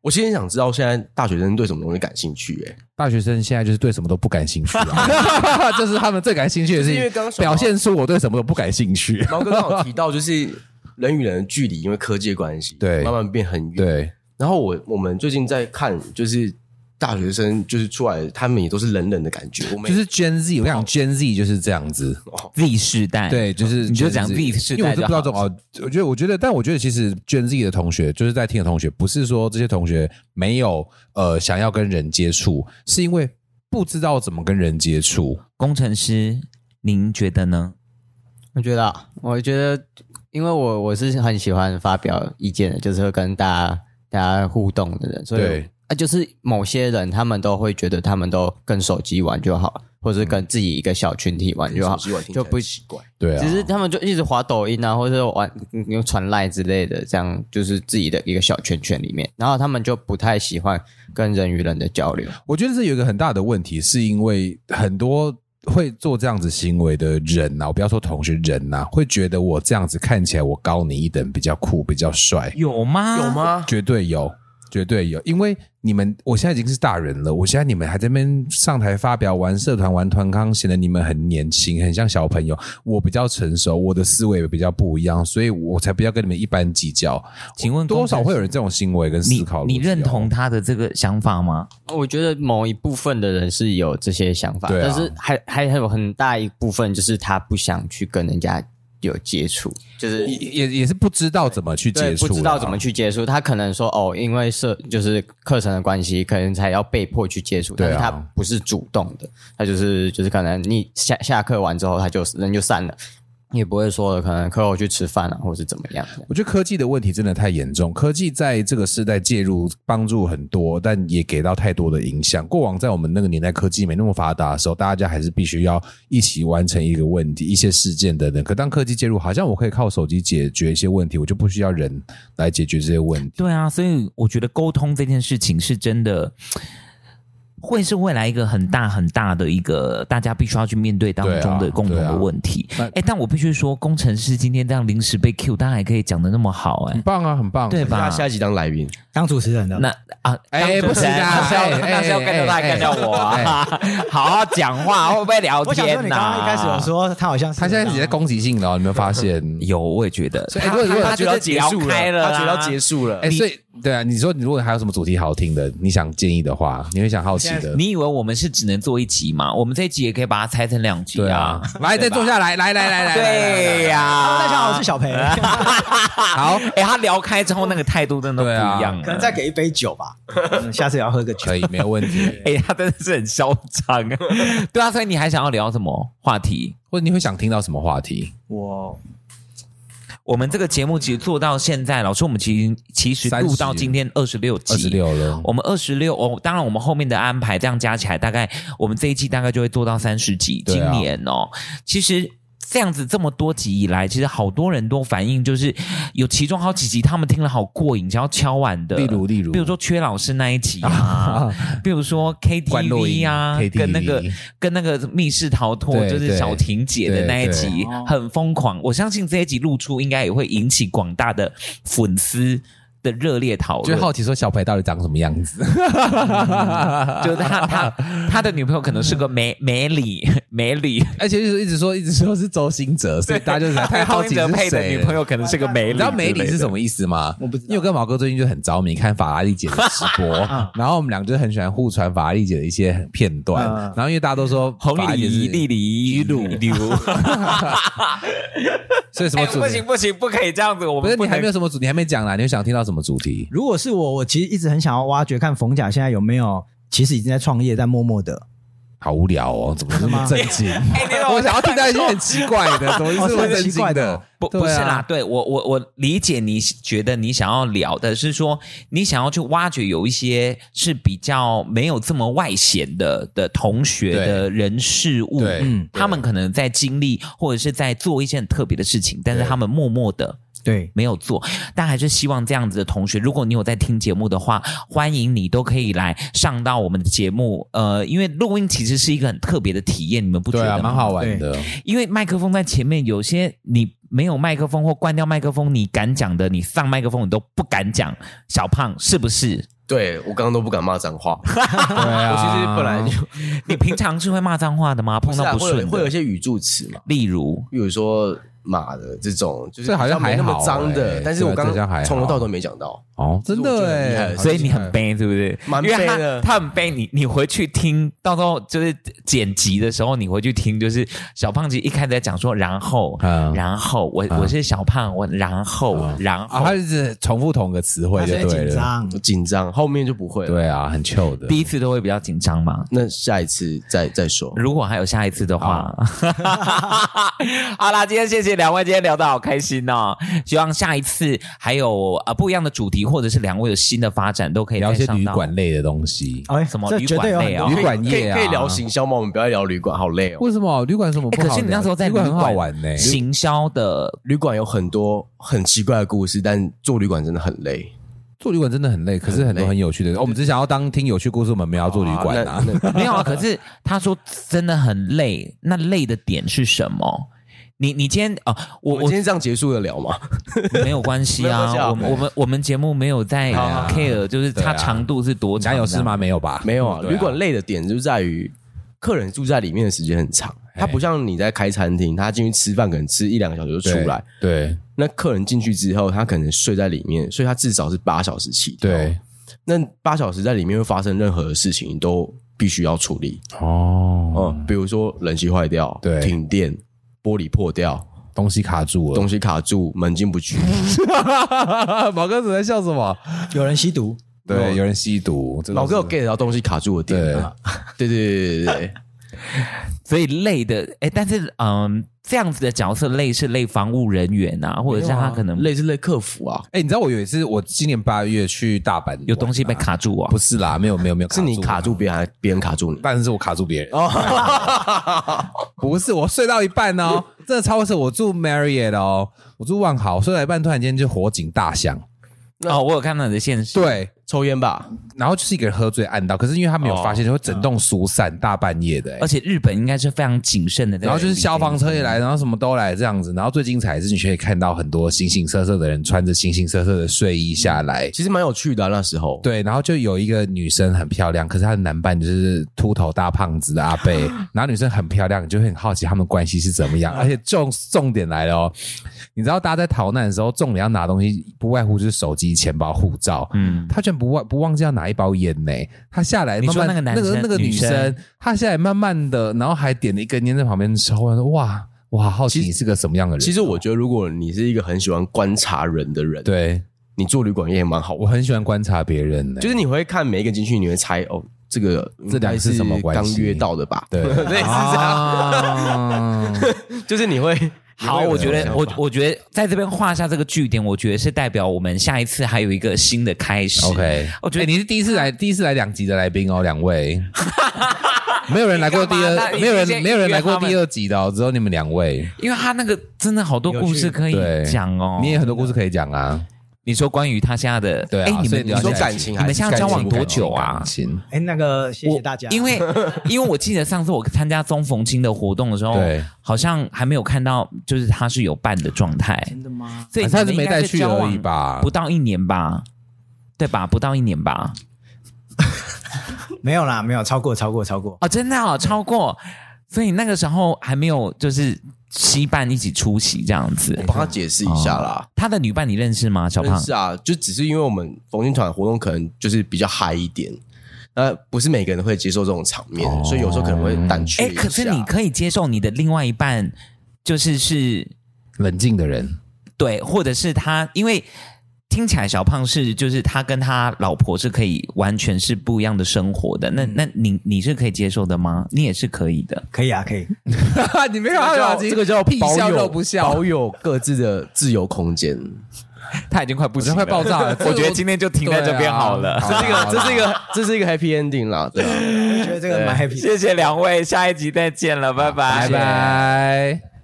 Speaker 5: 我其实想知道现在大学生对什么东西感兴趣、欸？
Speaker 3: 大学生现在就是对什么都不 感兴趣啊，这是他们最感兴趣的事
Speaker 5: 就是因为刚
Speaker 3: 情
Speaker 5: 刚。小
Speaker 3: 表
Speaker 5: 毛
Speaker 3: 现出我对什么都不感兴趣。
Speaker 5: 毛哥刚好提到，就是人与人的距离，因为科技的关系，
Speaker 3: 对
Speaker 5: 慢慢变很远。
Speaker 3: 对，
Speaker 5: 然后我我们最近在看，就是大学生就是出来，他们也都是冷冷的感觉。我们哦
Speaker 3: 就是 Gen Z，我跟你讲，Gen Z 就是这样子。
Speaker 2: ，Z 世代，
Speaker 3: 对，就是
Speaker 2: 哎你就
Speaker 3: Gen
Speaker 2: 讲
Speaker 3: Z
Speaker 2: Z 世
Speaker 3: 因为
Speaker 2: 代就好，
Speaker 3: 我都不知道怎么，哦我觉得，我觉得，但我觉得其实 Gen Z 的同学，就是在听的同学，不是说这些同学没有呃想要跟人接触，是因为不知道怎么跟人接触。
Speaker 2: 工程师，您觉得呢？
Speaker 6: 我觉得啊，我觉得，因为我我是很喜欢发表意见的，就是会跟大家大家互动的人，所以
Speaker 3: 对
Speaker 6: 啊，就是某些人他们都会觉得他们都跟手机玩就好，或者是跟自己一个小群体玩就好，就
Speaker 5: 嗯就
Speaker 6: 不
Speaker 5: 不奇怪。
Speaker 3: 对啊，
Speaker 6: 只是他们就一直滑抖音啊，或者是玩嗯用传赖之类的，这样就是自己的一个小圈圈里面，然后他们就不太喜欢跟人与人的交流。
Speaker 3: 我觉得这有一个很大的问题，是因为很多会做这样子行为的人啊呐、我不要说同学人呐、会觉得我这样子看起来我高你一等，比较酷，比较帅，
Speaker 2: 有吗？
Speaker 5: 有？吗？
Speaker 3: 绝对有。绝对有，因为你们我现在已经是大人了，我现在你们还在那边上台发表玩社团玩团康，显得你们很年轻，很像小朋友。我比较成熟，我的思维也比较不一样，所以我才不要跟你们一般计较。
Speaker 2: 请问
Speaker 3: 多少会有
Speaker 2: 人
Speaker 3: 人这种行为跟思
Speaker 2: 你
Speaker 3: 考
Speaker 2: 你
Speaker 3: 逻辑
Speaker 2: 认
Speaker 3: 哦
Speaker 2: 同他的这个想法吗？
Speaker 6: 我觉得某一部分的人是有这些想法，
Speaker 3: 对啊
Speaker 6: 但是还还有很大一部分就是他不想去跟人家有接触，就是
Speaker 3: 也也也是不知道怎么去
Speaker 6: 对
Speaker 3: 接触啦，啊
Speaker 6: 不知道怎么去接触。他可能说哦，因为社就是课程的关系，可能才要被迫去接触，
Speaker 3: 对啊
Speaker 6: 但是他不是主动的，他就是就是可能你下下课完之后，他就人就散了。也不会说可能课后去吃饭啊，或是怎么样的。
Speaker 3: 我觉得科技的问题真的太严重，科技在这个时代介入帮助很多，但也给到太多的影响。过往在我们那个年代，科技没那么发达的时候，大家还是必须要一起完成一个问题、一些事件等等。可当科技介入，好像我可以靠手机解决一些问题，我就不需要人来解决这些问题。
Speaker 2: 对啊，所以我觉得沟通这件事情是真的。会是未来一个很大很大的一个大家必须要去面对当中
Speaker 3: 对
Speaker 2: 的
Speaker 3: 啊
Speaker 2: 共同
Speaker 3: 对
Speaker 2: 的
Speaker 3: 啊
Speaker 2: 问题。哎、
Speaker 3: 那
Speaker 2: 但我必须说，工程师今天这样临时被 Q，但还可以讲的那么好、
Speaker 3: 很
Speaker 2: 哎，
Speaker 3: 棒啊，很棒。
Speaker 2: 对
Speaker 5: 他
Speaker 2: 吧？
Speaker 5: 下一集当来宾，
Speaker 4: 当主持人的，
Speaker 2: 那啊，
Speaker 3: 哎
Speaker 2: 当主持人
Speaker 3: 不行啊
Speaker 2: 那是要
Speaker 3: 哎哎
Speaker 2: 那是要干掉他，
Speaker 3: 哎哎
Speaker 2: 干掉我啊！好好讲话，会不会聊
Speaker 4: 我想说
Speaker 2: 天
Speaker 4: 你
Speaker 2: 呐？
Speaker 4: 刚刚一开始有说他好像是
Speaker 3: 他现在也在攻击性了哦，你有没有发现？
Speaker 2: 有，我也觉得。
Speaker 3: 所以哎如果如果
Speaker 2: 他
Speaker 5: 他觉
Speaker 2: 就是
Speaker 5: 得要结束
Speaker 2: 聊开了啦
Speaker 5: 他觉得要结束了。
Speaker 3: 哎，所以对啊，你说你如果还有什么主题好听的，你想建议的话，你会想好奇的。
Speaker 2: 你以为我们是只能做一集吗？我们这一集也可以把它拆成两集
Speaker 3: 对
Speaker 2: 啊
Speaker 3: 啊！，来再坐下来，来来来来，
Speaker 2: 对呀、
Speaker 4: 大家好，我是小 裴，
Speaker 2: 好，哎、他聊开之后那个态度真的不
Speaker 3: 对啊
Speaker 2: 一样
Speaker 4: 可
Speaker 2: 了
Speaker 4: 能。再给一杯酒吧，嗯下次也要喝个酒
Speaker 3: 可。以，没有问题。
Speaker 2: 哎、他真的是很嚣 张，对啊，所以你还想要聊什么话题？
Speaker 3: 或者你会想听到什么话题？
Speaker 4: 我
Speaker 2: 我们这个节目其实做到现在，老师，我们其实其实录到
Speaker 3: 30
Speaker 2: 今天二十六集，
Speaker 3: 二十六了，
Speaker 2: 我们二十六哦，当然我们后面的安排这样加起来，大概我们这一季大概就会做到三十集。
Speaker 3: 对
Speaker 2: 今
Speaker 3: 啊
Speaker 2: 年哦，其实。这样子这么多集以来，其实好多人都反映，就是有其中好几集他们听了好过瘾，想要敲碗的。
Speaker 3: 例如例如
Speaker 2: 呃比如说缺老师那一集啊， 比如 说 KTV 啊，
Speaker 3: KTV
Speaker 2: 跟那个跟那个密室逃脱，
Speaker 3: 对
Speaker 2: 就是小婷姐的那一集
Speaker 3: 对
Speaker 2: 很疯狂。我相信这一集露出，应该也会引起广大的粉丝的热烈讨
Speaker 3: 就
Speaker 2: 论。
Speaker 3: 好奇说小裴到底长什么样子？
Speaker 2: 就是他他他的女朋友可能是个 美美里美里，
Speaker 3: 而且就是一直说一直说是周星哲，所以大家就是太好奇
Speaker 2: 康德
Speaker 3: 是
Speaker 2: 配的
Speaker 3: 谁
Speaker 2: 女朋
Speaker 3: 了。
Speaker 2: 友可能是个美里，
Speaker 3: 你知道美里是什？么意思吗？我不知道，因为我跟毛哥最近就很着迷看法拉利姐的直 播，
Speaker 2: 啊
Speaker 3: 然后我们俩就很喜欢互传法拉利姐的一些片段，
Speaker 4: 嗯
Speaker 3: 然后因为大家都说
Speaker 2: 啊红
Speaker 3: 法拉利姐
Speaker 2: 鲤
Speaker 3: 是
Speaker 2: 丽鲤
Speaker 3: 鲁
Speaker 2: 吕鲁，
Speaker 3: 所以什
Speaker 2: 哎
Speaker 3: 么主
Speaker 2: 不
Speaker 3: 题
Speaker 2: 行？不行，不可以这样子，我
Speaker 3: 不
Speaker 2: 们
Speaker 3: 是你还没
Speaker 2: 有
Speaker 3: 有什么主题还没讲啦，你会想听到什么主题？
Speaker 4: 如果是我，我其实一直很想要挖掘看冯甲现在有没有，其实已经在创业，但默默的。
Speaker 3: 好无聊哦，怎么那么震惊？我想要听到一些很奇怪的，怎么是会
Speaker 4: 哦是很
Speaker 3: 震
Speaker 4: 奇怪
Speaker 3: 惊
Speaker 4: 的
Speaker 3: 的
Speaker 4: 哦？
Speaker 2: 不不
Speaker 3: 对
Speaker 2: 是
Speaker 3: 啊
Speaker 2: 啦，对我我我理解你觉得你想要聊的是说你想要去挖掘有一些是比较没有这么外显的的同学
Speaker 3: 对
Speaker 2: 的人事物，
Speaker 3: 对
Speaker 2: 嗯他们可能在经历或者是在做一些很特别的事情，但是他们默默的。
Speaker 4: 对，
Speaker 2: 没有做，但还是希望这样子的同学，如果你有在听节目的话，欢迎你都可以来上到我们的节目。呃，因为录音其实是一个很特别的体验，你们不觉
Speaker 3: 对
Speaker 2: 得
Speaker 3: 啊，
Speaker 2: 吗？
Speaker 3: 蛮好玩的。
Speaker 2: 因为麦克风在前面，有些你没有麦克风或关掉麦克风，你敢讲的，你上麦克风你都不敢讲。小胖是不 是？
Speaker 5: 对我刚刚都不敢骂脏话，
Speaker 3: 对啊，
Speaker 5: 我其实本来就
Speaker 2: 你平常是会骂脏话的吗？碰
Speaker 5: 是啊
Speaker 2: 到不
Speaker 5: 会有
Speaker 2: 顺
Speaker 5: 会有一
Speaker 2: 的，
Speaker 5: 些语助词嘛，
Speaker 2: 例如
Speaker 5: 比如说“马的这种，就是
Speaker 3: 这好像
Speaker 5: 比较没那
Speaker 3: 还好
Speaker 5: 么脏的
Speaker 3: 欸，
Speaker 5: 但是我
Speaker 3: 对
Speaker 5: 刚
Speaker 3: 这样还好
Speaker 5: 刚从头到尾都没讲到。
Speaker 3: 哦，真
Speaker 5: 我觉
Speaker 3: 的
Speaker 5: 得很厉害
Speaker 3: 哎，
Speaker 2: 所以你很悲，对不对？
Speaker 5: 嗯蛮
Speaker 2: 因为他
Speaker 5: 悲的
Speaker 2: 他很悲。你你回去听，到时候就是剪辑的时候，你回去听，就是小胖子一开始在讲说，然后，
Speaker 3: 嗯
Speaker 2: 然后我、我是小胖，我然后、
Speaker 3: 嗯
Speaker 2: 然
Speaker 3: 啊，
Speaker 2: 后、
Speaker 3: 他就是重复同个词汇
Speaker 4: 他
Speaker 3: 就
Speaker 4: 现在
Speaker 3: 对
Speaker 4: 紧
Speaker 3: 了，
Speaker 4: 张
Speaker 5: 我，紧张，后面就不会了。
Speaker 3: 对啊，很 chill 的。
Speaker 2: 第一次都会比较紧张嘛。
Speaker 5: 那下一次再再说。
Speaker 2: 如果还有下一次的话，
Speaker 3: 啊
Speaker 2: 好啦，今天谢谢两位，今天聊得好开心哦。希望下一次还有呃不一样的主题，或者是两位有新的发展，都可以
Speaker 3: 聊
Speaker 2: 再
Speaker 3: 一些
Speaker 2: 上
Speaker 3: 旅
Speaker 2: 到
Speaker 3: 馆类的东西，
Speaker 4: 哎，
Speaker 2: 什么
Speaker 4: 这
Speaker 2: 旅
Speaker 4: 绝
Speaker 2: 馆
Speaker 4: 对有
Speaker 2: 类
Speaker 4: 很
Speaker 2: 哦
Speaker 4: 多
Speaker 3: 旅馆
Speaker 5: 可以
Speaker 3: 业啊，
Speaker 5: 可以聊行销吗？我们不要聊旅馆，好累哦。
Speaker 3: 为什么旅馆有什么不
Speaker 2: 哎可
Speaker 3: 好聊？
Speaker 2: 是你那时候在
Speaker 3: 旅馆很好玩呢，
Speaker 2: 行销的
Speaker 5: 旅馆有很多很奇怪的故事，但做旅馆真的很累。
Speaker 3: 做旅馆真的很累，可是很多
Speaker 5: 累
Speaker 3: 很有趣的。哦我们只想要当听有趣故事，我们没有要做旅馆啊
Speaker 5: 啊。 那那
Speaker 2: 没有啊，可是他说真的很累，那累的点是什么？你你今天哦，我
Speaker 5: 我们
Speaker 2: 我
Speaker 5: 今天这样结束得了吗？
Speaker 2: 没 有关系
Speaker 5: 没有关系啊
Speaker 2: 啊，我们我们我们节目没有在
Speaker 3: 好好好
Speaker 2: care，就是它
Speaker 3: 对啊
Speaker 2: 长度是多
Speaker 3: 你家
Speaker 2: 长。
Speaker 3: 有事？吗？没有 吧？
Speaker 5: 没有啊，
Speaker 3: 对
Speaker 5: 旅馆累的点就在于客人住在里面的时间很长，他不像你在开餐厅，他进去吃饭可能吃一两个小时就出来。，
Speaker 3: 对
Speaker 5: 那客人进去之后，他可能睡在里面，所以他至少是八小时起。
Speaker 3: 对，
Speaker 5: 那八小时在里面会发生任何的事情，你都必须要处理。
Speaker 3: 对哦，
Speaker 5: 嗯，比如说冷气坏掉，
Speaker 3: 对
Speaker 5: 停电，玻璃破掉，
Speaker 3: 东西卡住了
Speaker 5: 东。西卡住，门进不去。
Speaker 3: 毛哥子在笑什么？
Speaker 4: 有人吸毒，
Speaker 3: 对，有人吸毒。这都
Speaker 5: 老哥有
Speaker 3: 是
Speaker 5: get 到东西卡住的点啊？ 对对对对对，
Speaker 2: 所以累的，哎，但是嗯，这样子的角色累是累防务人员啊，或者是他可能
Speaker 5: 累是累客服啊，
Speaker 3: 哎、你知道我有一次，我今年八月去大阪，
Speaker 2: 有东西被，卡住啊
Speaker 3: 啊不。是啦，没有没有没有，
Speaker 5: 是你卡住，别人，还是别人卡住你？
Speaker 3: 但是我卡住别人，
Speaker 5: 哦，
Speaker 3: 不是我睡到一半 哦，真的超扯，我住 Marriott 哦，我住万豪，睡到一半突然间就火警大响，
Speaker 2: 哦，我有看到你的现实。
Speaker 3: 对，
Speaker 5: 抽烟吧，
Speaker 3: 然后就是一个人喝醉按到，可是因为他没有发现，就会整栋疏散，大半夜的、哎
Speaker 2: 而且日本应该是非常谨慎的在
Speaker 3: 然
Speaker 2: 处理这件事，
Speaker 3: 后就是消防车也来，然后什么都来这样子。然后最精彩的是，你可以看到很多形形色色的人穿着形形色色的睡衣下来。
Speaker 5: 其实蛮有趣的啊那时候。
Speaker 3: 对，然后就有一个女生很漂亮，可是她的男伴就是秃头大胖子的阿贝。然后女生很漂亮，你就会很好奇他们关系是怎么样。而且重重点来了哦，你知道大家在逃难的时候，重点要拿东西，不外乎就是手机、钱包、护照。
Speaker 2: 嗯，
Speaker 3: 他居然不忘不忘记要拿一包烟呢、他下来
Speaker 2: 你
Speaker 3: 慢
Speaker 2: 说
Speaker 3: 慢
Speaker 2: 那个男
Speaker 3: 那个
Speaker 2: 生
Speaker 3: 那个女
Speaker 2: 女生
Speaker 3: 生，她下来慢慢的，然后还点了一根烟在旁边抽。我说哇，我好好奇你是个什么样的人。
Speaker 5: 其实我觉得，如果你是一个很喜欢观察人的人，，
Speaker 3: 对
Speaker 5: 你做旅馆业也蛮好
Speaker 3: 我
Speaker 5: 玩，
Speaker 3: 很喜欢观察别人、呢，
Speaker 5: 就是你会看每一个进去，你会猜哦，这个
Speaker 3: 这两个是什么关系
Speaker 5: 应该是刚约到的吧？
Speaker 3: 对
Speaker 5: 类似这样，
Speaker 3: 啊
Speaker 5: 就是你会
Speaker 2: 好，
Speaker 5: 你会有
Speaker 2: 我觉
Speaker 5: 这
Speaker 2: 得
Speaker 5: 种
Speaker 2: 我
Speaker 5: 想法
Speaker 2: 我觉得在这边画下这个句点，我觉得是代表我们下一次还有一个新的开始。
Speaker 3: OK，
Speaker 2: 我觉得
Speaker 3: 哎你是第一次来，第一次来两集的来宾哦，两位，没有人来过第
Speaker 2: 你干嘛
Speaker 3: 二，
Speaker 2: 那
Speaker 3: 没有
Speaker 2: 你先
Speaker 3: 人没有人来过
Speaker 2: 预约他们
Speaker 3: 第二集的、哦，只有你们两位。
Speaker 2: 因为他那个真的好多故事可以
Speaker 3: 对，
Speaker 2: 讲哦。
Speaker 3: 你也很多故事可以讲啊。
Speaker 2: 你说关于他现在的，
Speaker 3: 对啊
Speaker 2: 哎，你
Speaker 3: 所
Speaker 2: 们
Speaker 3: 以你
Speaker 2: 你
Speaker 3: 要
Speaker 2: 说
Speaker 3: 讲
Speaker 2: 感
Speaker 5: 感情
Speaker 2: 你
Speaker 5: 还
Speaker 2: 们
Speaker 5: 是
Speaker 2: 现在交往
Speaker 5: 感情
Speaker 2: 多久
Speaker 3: 感
Speaker 2: 啊？
Speaker 3: 情
Speaker 4: 哎，那个谢谢
Speaker 2: 我
Speaker 4: 大家，
Speaker 2: 因为因为我记得上次我参加中逢清的活动的时候
Speaker 3: 对，
Speaker 2: 好像还没有看到就是他是有伴的状态，啊
Speaker 4: 真的吗？
Speaker 2: 所以
Speaker 3: 他是
Speaker 2: 你们
Speaker 3: 没
Speaker 2: 应该
Speaker 3: 带去
Speaker 2: 交
Speaker 3: 而
Speaker 2: 往
Speaker 3: 已吧？
Speaker 2: 不到一年吧，对吧？不到一年吧？
Speaker 4: 没有啦，没有超过超过超过，
Speaker 2: 哦，真的哦，超过，所以那个时候还没有就是西伴一起出席这样子
Speaker 5: 我。帮他解释一下啦。
Speaker 2: 他的女伴你哦认识吗？小
Speaker 5: 但
Speaker 2: 胖
Speaker 5: 是啊，就只是因为我们冯军团的活动可能就是比较嗨一点，那不是每个人会接受这种场面，所以有时哦候可能会胆怯
Speaker 2: 哎、
Speaker 5: 一下。
Speaker 2: 可是你可以接受你的另外一半，就是是
Speaker 3: 冷静的人，
Speaker 2: 对，或者是他，因为听起来小胖是就是他跟他老婆是可以完全是不一样的生活的。那那你你是可以接受的吗？你也是可以的。
Speaker 4: 可以啊，可以。
Speaker 3: 你没有看到
Speaker 5: 这个 叫
Speaker 3: 屁
Speaker 5: 保
Speaker 3: 笑
Speaker 5: 有
Speaker 3: 肉不笑，
Speaker 5: 保有各自的自由空间。
Speaker 2: 他已经快不
Speaker 3: 我觉得快爆炸了。
Speaker 2: 我觉得今天就停在这边 好了。
Speaker 3: 对
Speaker 5: 这
Speaker 3: 啊
Speaker 5: 是一个，这是一个，这是一个 happy ending 啦，对啊。
Speaker 4: 我觉得这个蛮 happy 的。
Speaker 2: 谢谢两位，下一集再见了，拜拜，
Speaker 3: 拜拜。